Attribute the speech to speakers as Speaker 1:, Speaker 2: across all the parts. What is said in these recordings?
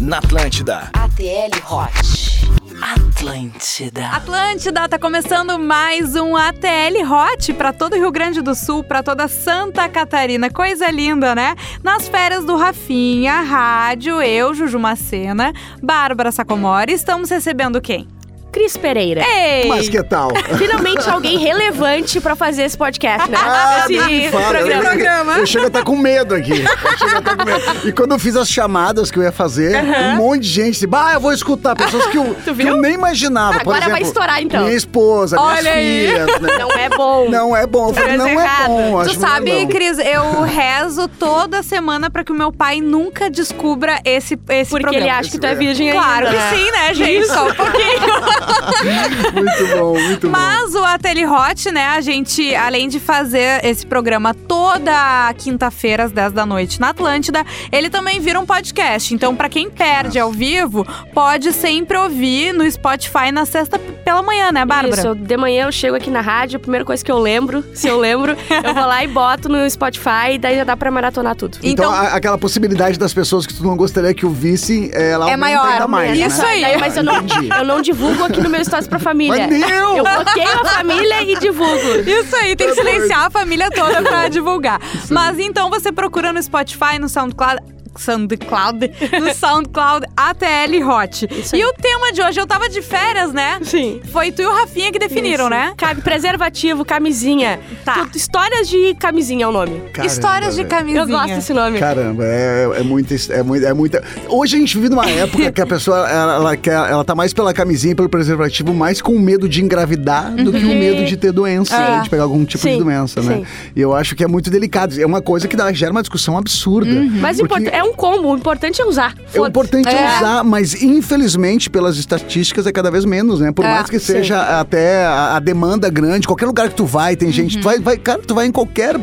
Speaker 1: na Atlântida.
Speaker 2: ATL Hot.
Speaker 3: Atlântida.
Speaker 4: Atlântida, tá começando mais um ATL Hot pra todo o Rio Grande do Sul, pra toda Santa Catarina. Coisa linda, né? Nas férias do Rafinha, rádio, eu, Juju Macena, Bárbara Sacomori, estamos recebendo quem?
Speaker 5: Cris Pereira.
Speaker 4: Ei!
Speaker 6: Mas que tal?
Speaker 5: Finalmente alguém relevante pra fazer esse podcast, né?
Speaker 6: Ah,
Speaker 5: Esse
Speaker 6: nem me fala.
Speaker 5: programa.
Speaker 6: Eu,
Speaker 4: programa.
Speaker 6: eu chego a estar com medo aqui. Eu chego a tá com medo. E quando eu fiz as chamadas que eu ia fazer, um monte de gente disse, bah, eu vou escutar. Pessoas que eu, que eu nem imaginava. Por
Speaker 5: Agora vai
Speaker 6: exemplo,
Speaker 5: estourar, então.
Speaker 6: Minha esposa,
Speaker 4: Olha aí.
Speaker 6: minhas filhas, né?
Speaker 5: Não é bom.
Speaker 6: Não é bom. Eu falei, não é bom. acho
Speaker 4: Tu
Speaker 6: melhor
Speaker 4: sabe,
Speaker 6: não.
Speaker 4: Cris, eu rezo toda semana pra que o meu pai nunca descubra esse, esse
Speaker 5: Porque
Speaker 4: programa.
Speaker 5: ele acha que tu é
Speaker 6: Esse-
Speaker 5: virgem ainda.
Speaker 4: Claro que sim, né, gente? Só um pouquinho.
Speaker 6: Muito bom, muito bom.
Speaker 4: Mas o Ateli Hot, né, a gente, além de fazer esse programa toda quinta-feira, às 10 da noite, na Atlântida, ele também vira um podcast. Então, pra quem perde ao vivo, pode sempre ouvir no Spotify na sexta pela manhã, né, Bárbara?
Speaker 5: Isso, eu- de manhã eu chego aqui na rádio, a primeira coisa que eu lembro, se eu lembro, eu vou lá e boto no Spotify, daí já dá pra maratonar tudo.
Speaker 6: Então,
Speaker 4: então-
Speaker 6: a- aquela possibilidade das pessoas que tu não gostaria que ouvissem, ela
Speaker 4: É
Speaker 6: aumenta
Speaker 4: maior,
Speaker 6: ainda mais.
Speaker 4: isso
Speaker 6: né?
Speaker 4: aí.
Speaker 5: Daí, mas eu não,
Speaker 6: Entendi.
Speaker 5: eu não divulgo aqui no meu stories pra família.
Speaker 6: Mas deu!
Speaker 5: Eu bloqueio a família e divulgo.
Speaker 4: Isso aí, tem que silenciar a família toda pra divulgar. Mas então você procura no Spotify, no SoundCloud. SoundCloud, no SoundCloud ATL Hot.
Speaker 5: Isso
Speaker 4: E
Speaker 5: aí.
Speaker 4: o tema de hoje, eu tava de férias, né?
Speaker 5: Sim.
Speaker 4: Foi tu e o Rafinha que definiram,
Speaker 5: Isso.
Speaker 4: né?
Speaker 5: Cabe preservativo, camisinha.
Speaker 4: Tá.
Speaker 5: Tu- Histórias de camisinha é o nome.
Speaker 6: Caramba,
Speaker 4: Histórias de
Speaker 6: velho.
Speaker 4: camisinha.
Speaker 5: Eu gosto desse nome.
Speaker 6: Caramba, é, é muita, é muita, é muita. Hoje a gente vive numa época que a pessoa ela, ela quer, ela tá mais pela camisinha, e pelo preservativo, mais com medo de engravidar do que o medo de ter doença,
Speaker 4: Ah.
Speaker 6: de pegar algum tipo
Speaker 5: Sim,
Speaker 6: de doença, né?
Speaker 5: sim.
Speaker 6: E eu acho que é muito delicado. É uma coisa que dá, gera uma discussão absurda.
Speaker 5: Mas o
Speaker 6: Porque
Speaker 5: import- é um combo, o importante é usar.
Speaker 6: É
Speaker 5: Foda-se.
Speaker 6: importante
Speaker 4: É.
Speaker 6: usar, mas infelizmente, pelas estatísticas, é cada vez menos, né? Por
Speaker 4: É,
Speaker 6: mais que seja até a, a demanda grande, qualquer lugar que tu vai, tem gente.
Speaker 4: Uhum.
Speaker 6: Tu vai, vai- cara, tu vai em qualquer.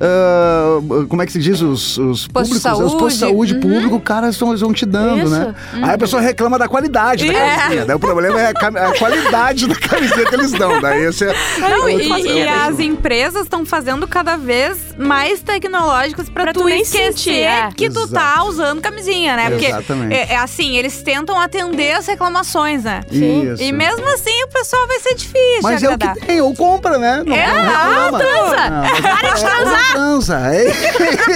Speaker 6: ah, como é que se diz? Os, os
Speaker 4: Posto de Uhum.
Speaker 6: públicos, né? os postos de saúde público, cara, eles tão- eles vão te dando,
Speaker 5: Isso.
Speaker 6: né? Aí a pessoa reclama da qualidade da
Speaker 4: Isso.
Speaker 6: camisinha. Daí o problema é a, cam- a qualidade da camisinha que eles dão. Daí esse é.
Speaker 4: Não,
Speaker 6: é
Speaker 4: e,
Speaker 6: outro
Speaker 4: e
Speaker 6: problema.
Speaker 4: as empresas estão fazendo cada vez mais tecnológicas pra,
Speaker 5: Pra
Speaker 4: tu,
Speaker 5: tu nem
Speaker 4: esquecer
Speaker 5: sentir, é.
Speaker 4: que tu tá usando camisinha, né? Porque
Speaker 6: Exatamente.
Speaker 4: é, é assim, eles tentam atender as reclamações, né?
Speaker 6: Isso.
Speaker 4: E mesmo assim o pessoal vai ser difícil
Speaker 6: Mas é o
Speaker 4: agradar.
Speaker 6: que tem, ou compra, né? Não,
Speaker 4: É,
Speaker 6: não reclama.
Speaker 5: ah, transa.
Speaker 6: Não, mas
Speaker 5: Para de
Speaker 6: é,
Speaker 5: transar.
Speaker 6: Não transa. É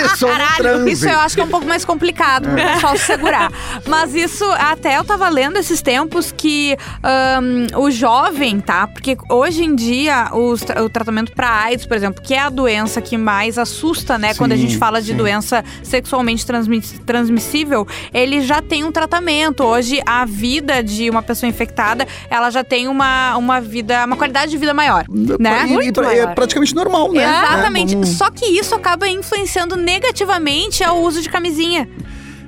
Speaker 6: isso, não transe. É.
Speaker 4: Isso eu acho que é um pouco mais complicado pro pessoal se segurar. Mas isso, até eu tava lendo esses tempos que ahn, o jovem, tá? Porque hoje em dia os tra- o tratamento pra AIDS, por exemplo, que é a doença que mais assusta, né?
Speaker 6: Sim,
Speaker 4: quando a gente fala de
Speaker 6: sim.
Speaker 4: doença sexualmente transmi- transmissível, ele já tem um tratamento. Hoje a vida de uma pessoa infectada, ela já tem uma, uma vida, uma qualidade de vida maior, né?
Speaker 6: E- e pra- é
Speaker 5: maior.
Speaker 6: praticamente normal, né?
Speaker 4: Exatamente.
Speaker 6: É, como-
Speaker 4: Só que isso acaba influenciando negativamente ao uso de camisinha.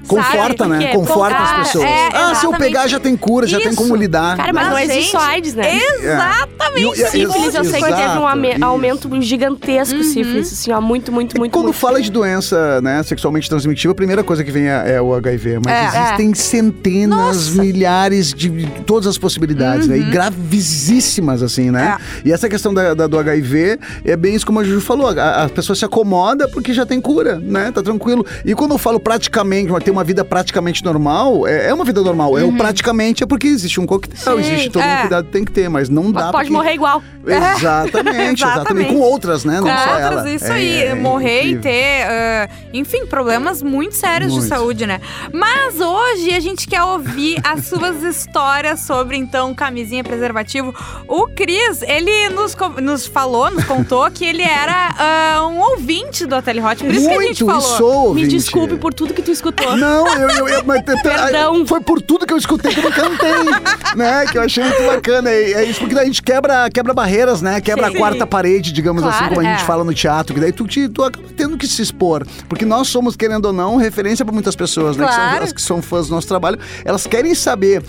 Speaker 6: conforta,
Speaker 5: Porque
Speaker 6: né?
Speaker 4: conforta,
Speaker 6: Conforta as pessoas.
Speaker 4: é,
Speaker 6: ah, se eu
Speaker 4: exatamente.
Speaker 6: pegar, já tem cura, já tem
Speaker 4: Isso.
Speaker 6: como lidar. é,
Speaker 5: Cara, mas
Speaker 4: Mas,
Speaker 5: não existe só
Speaker 4: Ah, gente,
Speaker 5: AIDS, né?
Speaker 4: Exatamente.
Speaker 6: E- e-
Speaker 5: Sífilis, eu sei que
Speaker 6: Exato,
Speaker 5: teve um ame-
Speaker 6: isso.
Speaker 5: aumento
Speaker 4: Uhum.
Speaker 5: gigantesco sífilis, assim, ó, muito, muito, muito.
Speaker 6: É Quando
Speaker 5: muito.
Speaker 6: fala de doença né, sexualmente transmitível, a primeira coisa que vem é, é o HIV. Mas
Speaker 4: É.
Speaker 6: existem centenas, milhares de de todas as possibilidades,
Speaker 5: Uhum.
Speaker 6: né? E gravíssimas, assim, né?
Speaker 5: É.
Speaker 6: E essa questão da, da- do HIV é bem isso como a Juju falou. A, a pessoa se acomoda porque já tem cura, né? Tá tranquilo. E quando eu falo praticamente, ter uma vida praticamente normal, é, é uma vida normal. É o praticamente é porque existe um coquetel,
Speaker 5: Uhum. Sim,
Speaker 6: existe todo
Speaker 4: é.
Speaker 6: um cuidado que tem que ter, mas não
Speaker 5: Mas
Speaker 6: dá
Speaker 5: pode
Speaker 6: porque-
Speaker 5: morrer igual.
Speaker 6: Exatamente, exatamente.
Speaker 4: Exatamente.
Speaker 6: Com outras, né? Não
Speaker 4: Com
Speaker 6: só
Speaker 4: outras,
Speaker 6: ela.
Speaker 4: isso
Speaker 6: É-
Speaker 4: aí.
Speaker 6: é
Speaker 4: morrer e
Speaker 6: incrível.
Speaker 4: ter, ah, enfim, problemas muito sérios de
Speaker 6: Muito.
Speaker 4: saúde, né? Mas hoje a gente quer ouvir as suas histórias sobre, então, camisinha preservativo. O Cris, ele nos, co- nos falou, nos contou que ele era ah, um ouvinte do Ateli Hot, por isso
Speaker 6: Muito,
Speaker 4: que a gente
Speaker 6: e
Speaker 4: falou.
Speaker 6: sou
Speaker 5: Me
Speaker 6: ouvinte. é.
Speaker 5: desculpe por tudo que tu escutou.
Speaker 6: Não, eu, eu, eu mas,
Speaker 5: Perdão.
Speaker 6: Foi por tudo que eu escutei que eu cantei, né? Que eu achei muito bacana. É, é isso porque daí a gente quebra, quebra barreiras, né? Quebra
Speaker 5: Sim.
Speaker 6: a quarta parede, digamos
Speaker 5: Claro,
Speaker 6: assim, como a gente
Speaker 4: é.
Speaker 6: fala no teatro. Que daí tu, te, tu acaba tendo que se expor. Porque nós somos, querendo ou não, referência pra muitas pessoas, né? Que são-
Speaker 4: Claro.
Speaker 6: elas que são fãs do nosso trabalho. Elas querem saber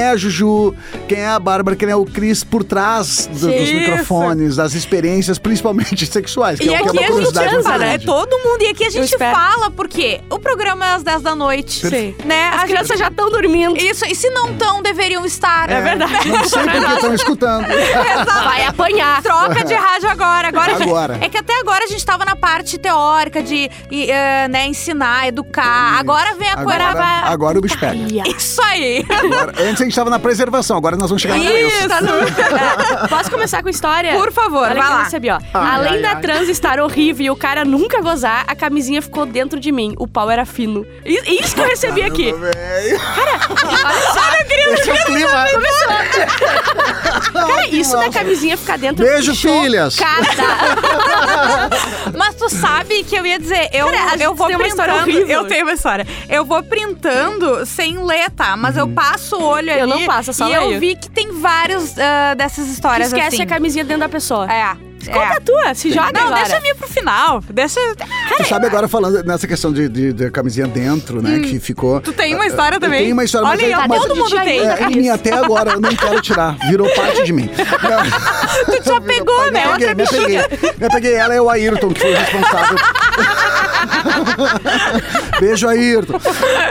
Speaker 6: é a Juju, quem é a Bárbara, quem é o Cris por trás do- dos
Speaker 4: Isso.
Speaker 6: microfones, das experiências, principalmente sexuais. Que
Speaker 4: E
Speaker 6: é, o que é
Speaker 4: aqui
Speaker 6: uma
Speaker 4: a gente
Speaker 6: curiosidade muito
Speaker 4: anda, né?
Speaker 6: grande.
Speaker 4: Todo mundo. E aqui a gente
Speaker 5: espero.
Speaker 4: fala, porque o programa é às 10 da noite.
Speaker 5: Sim.
Speaker 4: Né?
Speaker 5: As
Speaker 4: A
Speaker 5: crianças
Speaker 4: gente-
Speaker 5: já estão dormindo.
Speaker 4: Isso, e se não tão, deveriam estar. né?
Speaker 5: É verdade.
Speaker 6: Não sei porque estão escutando.
Speaker 4: Exato.
Speaker 5: Vai apanhar.
Speaker 4: Troca de rádio agora. Agora, já-
Speaker 6: Agora.
Speaker 4: é que até agora a gente tava na parte teórica de e, eh, né, ensinar, educar. Agora vem a coisa.
Speaker 6: Agora,
Speaker 4: vai-
Speaker 6: agora o bicho pega.
Speaker 4: Isso aí.
Speaker 6: Agora- antes a gente tava na preservação, agora nós vamos chegar na
Speaker 4: Isso.
Speaker 6: doença.
Speaker 5: É, Posso começar com história?
Speaker 4: Por favor,
Speaker 5: Tá Olha
Speaker 4: vai
Speaker 5: que eu
Speaker 4: lá.
Speaker 5: recebi, ó.
Speaker 6: Ai,
Speaker 5: Além
Speaker 6: ai,
Speaker 5: da
Speaker 6: ai.
Speaker 5: trans estar horrível e o cara nunca gozar, a camisinha ficou dentro de mim. O pau era fino. I- Isso que eu recebi aqui.
Speaker 6: Caramba, velho.
Speaker 5: Olha só.
Speaker 6: Esse é o clima.
Speaker 5: Cara, isso
Speaker 4: é
Speaker 5: da camisinha ficar dentro
Speaker 6: Beijo,
Speaker 5: eu fiquei
Speaker 6: filhas.
Speaker 5: Ah, Chocada.
Speaker 4: Mas tu sabe que eu ia dizer, eu,
Speaker 5: tá. Cara, a gente
Speaker 4: eu vou
Speaker 5: tem uma história
Speaker 4: printando.
Speaker 5: horrível.
Speaker 4: eu tenho uma história. Eu vou printando sem ler, tá? Mas eu passo o olho ali.
Speaker 5: Eu não passo, eu só
Speaker 4: E
Speaker 5: leio.
Speaker 4: eu vi que tem vários ah, dessas histórias
Speaker 5: Esquece
Speaker 4: assim.
Speaker 5: a camisinha dentro da pessoa.
Speaker 4: É.
Speaker 5: Conta
Speaker 4: é.
Speaker 5: a tua, se joga
Speaker 4: Não,
Speaker 5: agora.
Speaker 4: deixa eu vir pro final. Deixa.
Speaker 6: Tu sabe agora falando nessa questão de, de- da camisinha dentro, né? Que ficou.
Speaker 4: Hum. Tu tem uma história
Speaker 6: Eu
Speaker 4: também?
Speaker 6: tenho uma história,
Speaker 4: Olha
Speaker 6: mas,
Speaker 4: aí, ó,
Speaker 6: mas-
Speaker 4: todo mundo
Speaker 5: A gente
Speaker 4: tem.
Speaker 5: ainda
Speaker 6: É, a minha até agora, eu não quero tirar. Virou parte de mim.
Speaker 4: Tu já pegou, né? Outra
Speaker 6: Eu peguei, me
Speaker 4: bexiga.
Speaker 6: peguei. Eu peguei ela e o Ayrton, que foi o responsável. Beijo, Ayrton.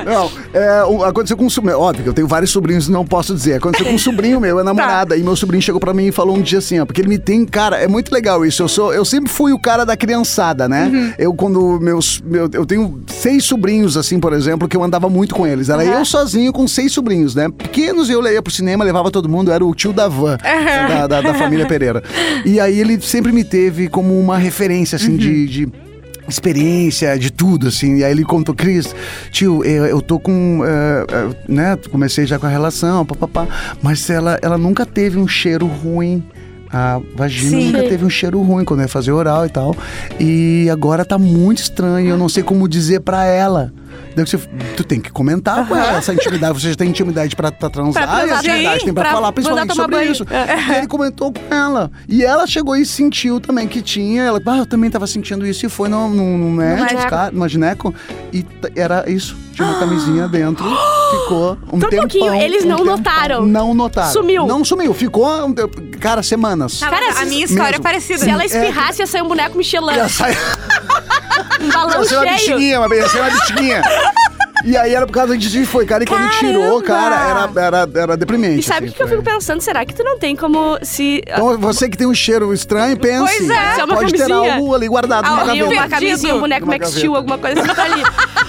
Speaker 6: Não, é, o- aconteceu com um sobrinho. Óbvio que eu tenho vários sobrinhos, não posso dizer. Aconteceu com um sobrinho meu, é namorada. E meu sobrinho chegou pra mim e falou um dia assim, ó. Porque ele me tem, cara, é muito legal isso. Eu, sou, eu sempre fui o cara da criançada, né? Eu, quando meus. meu- eu tenho seis sobrinhos, assim, por exemplo, que eu andava muito com eles. Era eu sozinho com seis sobrinhos, né? Pequenos, eu leia pro cinema, levava todo mundo, eu era o tio da van da, da- da família Pereira. E aí ele sempre me teve como uma referência, assim, de- de experiência, de tudo, assim. E aí ele contou, Cris, tio, eu, eu tô com, eh, eh, né, comecei já com a relação, papapá, mas ela, ela nunca teve um cheiro ruim. A vagina
Speaker 4: Sim.
Speaker 6: nunca teve um cheiro ruim quando eu ia fazer oral e tal. E agora tá muito estranho, eu não sei como dizer pra ela. Daí você, tu tem que comentar com ela essa intimidade. Você já tem intimidade pra, pra
Speaker 5: Pra
Speaker 6: transar, e
Speaker 5: transar,
Speaker 6: essa intimidade
Speaker 5: sim,
Speaker 6: tem pra,
Speaker 5: pra
Speaker 6: falar,
Speaker 5: mandar
Speaker 6: principalmente
Speaker 5: tomar
Speaker 6: sobre
Speaker 5: banho. É.
Speaker 6: isso. E ele comentou com ela. E ela chegou e sentiu também que tinha. Ela, ah, eu também tava sentindo isso. E foi no, no, no médico,
Speaker 5: gineco.
Speaker 6: cara, no gineco. E t- era isso. Tinha uma camisinha dentro. Ficou um
Speaker 5: Só um
Speaker 6: tempão.
Speaker 5: pouquinho, eles
Speaker 6: um
Speaker 5: não
Speaker 6: tempão.
Speaker 5: notaram.
Speaker 6: Não notaram.
Speaker 5: Sumiu.
Speaker 6: Não sumiu. Ficou, um tempo- cara,
Speaker 5: Tá
Speaker 6: semanas.
Speaker 4: Cara, a minha história é
Speaker 6: mesmo.
Speaker 4: parecida.
Speaker 5: Se ela espirrasse, ia sair um boneco Michelin.
Speaker 6: Ela saiu.
Speaker 5: Um balão
Speaker 6: Parecia uma
Speaker 5: cheio.
Speaker 6: bexiguinha, uma parecia uma bexiguinha. E aí era por causa disso que foi, cara. E quando tirou,
Speaker 4: Caramba!
Speaker 6: cara, era, era, era deprimente.
Speaker 5: E sabe o
Speaker 6: assim,
Speaker 5: que, que eu
Speaker 6: foi.
Speaker 5: fico pensando? Será que tu não tem como se. ah,
Speaker 6: Então você que tem um cheiro estranho, pense.
Speaker 4: Pois é.
Speaker 5: Isso é uma
Speaker 6: pode ter
Speaker 5: camisinha.
Speaker 6: algo ali guardado
Speaker 5: Ah,
Speaker 6: na
Speaker 5: ali
Speaker 6: gaveta.
Speaker 5: uma camisinha, um boneco
Speaker 6: Numa
Speaker 5: Max Steel,
Speaker 6: gaveta.
Speaker 5: alguma coisa assim tá ali.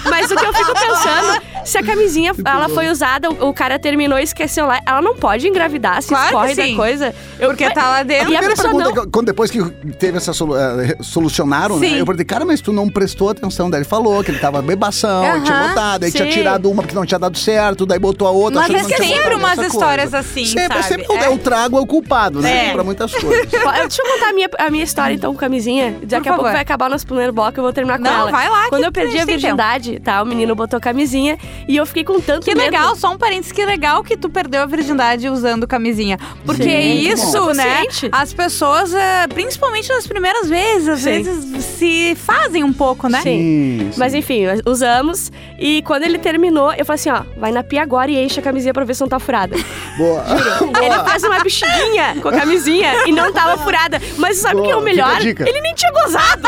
Speaker 5: Mas o que eu fico pensando, se a camisinha ela foi usada, o o cara terminou e esqueceu lá, ela não pode engravidar, se
Speaker 4: Claro que
Speaker 5: escorre
Speaker 4: sim.
Speaker 5: da coisa. Eu,
Speaker 4: Porque tá lá
Speaker 5: E
Speaker 4: dentro.
Speaker 5: a
Speaker 6: Primeira
Speaker 5: pessoa
Speaker 6: pergunta,
Speaker 5: não-
Speaker 6: que eu- quando depois que teve essa solu- eh, solucionaram,
Speaker 4: Sim.
Speaker 6: né? Eu perguntei, cara, mas tu não prestou atenção. Daí ele falou que ele tava bebação, ele tinha
Speaker 4: Aham,
Speaker 6: botado, aí tinha
Speaker 5: sim.
Speaker 6: tirado uma porque não tinha dado certo, daí botou a outra.
Speaker 4: Mas
Speaker 6: achando
Speaker 4: é
Speaker 6: que não tinha
Speaker 4: sempre
Speaker 6: botado,
Speaker 4: umas
Speaker 6: essa
Speaker 4: histórias
Speaker 6: coisa.
Speaker 4: assim,
Speaker 6: Sempre,
Speaker 4: sabe?
Speaker 6: sempre o-
Speaker 4: É.
Speaker 6: é. o trago é o culpado, né?
Speaker 4: É.
Speaker 6: Pra muitas coisas.
Speaker 5: Ó, eh, Deixa eu contar a minha, a minha história, então, com camisinha. Daqui a
Speaker 4: favor.
Speaker 5: pouco vai acabar o nosso primeiro bloco, eu vou terminar com
Speaker 4: Não,
Speaker 5: ela.
Speaker 4: vai lá, que
Speaker 5: Quando eu
Speaker 4: a
Speaker 5: perdi
Speaker 4: gente
Speaker 5: a
Speaker 4: tem
Speaker 5: virgindade, tá, o menino botou camisinha e eu fiquei com tanto
Speaker 4: Que
Speaker 5: medo.
Speaker 4: legal, só um parênteses, que legal que tu perdeu a virgindade usando camisinha. Porque
Speaker 6: Sim, muito
Speaker 4: isso,
Speaker 5: bom.
Speaker 4: né?
Speaker 5: Consciente.
Speaker 4: As pessoas, eh, principalmente nas primeiras vezes, às
Speaker 5: Sim.
Speaker 4: vezes se fazem um pouco, né?
Speaker 5: Sim.
Speaker 6: Sim, sim.
Speaker 5: Mas enfim, usamos. E quando ele terminou, eu falei assim: ó, vai na pia agora e enche a camisinha pra ver se não tá furada.
Speaker 6: Boa.
Speaker 5: Aí ele
Speaker 6: Boa.
Speaker 5: faz uma bexiguinha com a camisinha e não tava furada. Mas sabe o que é o
Speaker 6: Boa,
Speaker 5: melhor?
Speaker 6: fica a dica.
Speaker 5: Ele nem tinha gozado.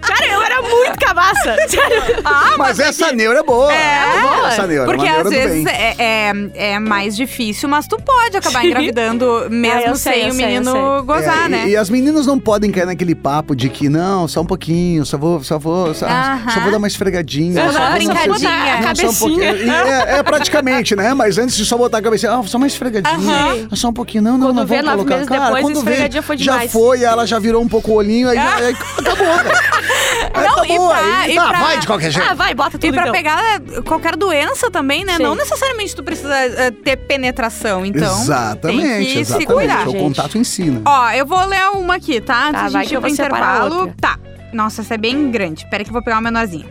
Speaker 5: Cara, eu era muito cabaça. Sério.
Speaker 4: Ah,
Speaker 6: Mas essa neura é boa.
Speaker 4: É,
Speaker 6: boa essa neura.
Speaker 4: Porque
Speaker 6: uma neura
Speaker 4: às
Speaker 6: do bem.
Speaker 4: vezes é, é, é mais difícil, mas tu pode acabar engravidando
Speaker 5: Ah,
Speaker 4: mesmo
Speaker 5: eu sei,
Speaker 4: sem
Speaker 5: eu
Speaker 4: o
Speaker 5: sei, eu
Speaker 4: menino
Speaker 5: sei.
Speaker 4: gozar,
Speaker 6: É, e-
Speaker 4: né?
Speaker 6: E, as meninas não podem cair naquele papo de que, não, só um pouquinho, só vou, só vou, só,
Speaker 4: Aham.
Speaker 6: só vou dar uma esfregadinha.
Speaker 4: Só dar uma
Speaker 6: vou não sei o quê.
Speaker 4: brincadinha.
Speaker 6: Não, só um pouquinho. é, é praticamente, né? Mas antes de só botar a cabecinha, ah, só uma esfregadinha.
Speaker 4: Aham.
Speaker 6: Só um pouquinho. Não, não,
Speaker 5: Quando
Speaker 6: não
Speaker 5: vê,
Speaker 6: vamos
Speaker 5: nove
Speaker 6: colocar.
Speaker 5: meses
Speaker 6: Cara,
Speaker 5: depois,
Speaker 6: quando vê,
Speaker 5: esfregadinha foi
Speaker 6: já
Speaker 5: demais.
Speaker 6: foi, ela já virou um pouco o olhinho, aí, já- aí acabou, velho. Aí
Speaker 4: Não, e
Speaker 6: acabou,
Speaker 4: pra-
Speaker 6: aí,
Speaker 4: e
Speaker 6: tá,
Speaker 4: pra-
Speaker 6: vai de qualquer jeito.
Speaker 5: Ah, vai, bota tudo
Speaker 4: E pra
Speaker 5: então.
Speaker 4: pegar eh, qualquer doença também, né?
Speaker 5: Sim.
Speaker 4: Não necessariamente tu precisa eh, ter penetração, então.
Speaker 6: exatamente,
Speaker 4: tem que
Speaker 6: exatamente. É
Speaker 4: se cuidar.
Speaker 6: o
Speaker 5: gente.
Speaker 6: contato ensina.
Speaker 4: Ó, eu vou ler uma aqui, tá? Antes
Speaker 5: Tá,
Speaker 4: da
Speaker 5: vai
Speaker 4: gente
Speaker 5: que
Speaker 4: ir
Speaker 5: eu
Speaker 4: pro
Speaker 5: vou separar
Speaker 4: intervalo.
Speaker 5: outra.
Speaker 4: Tá. Nossa, essa é bem grande. Pera que eu vou pegar uma menorzinha.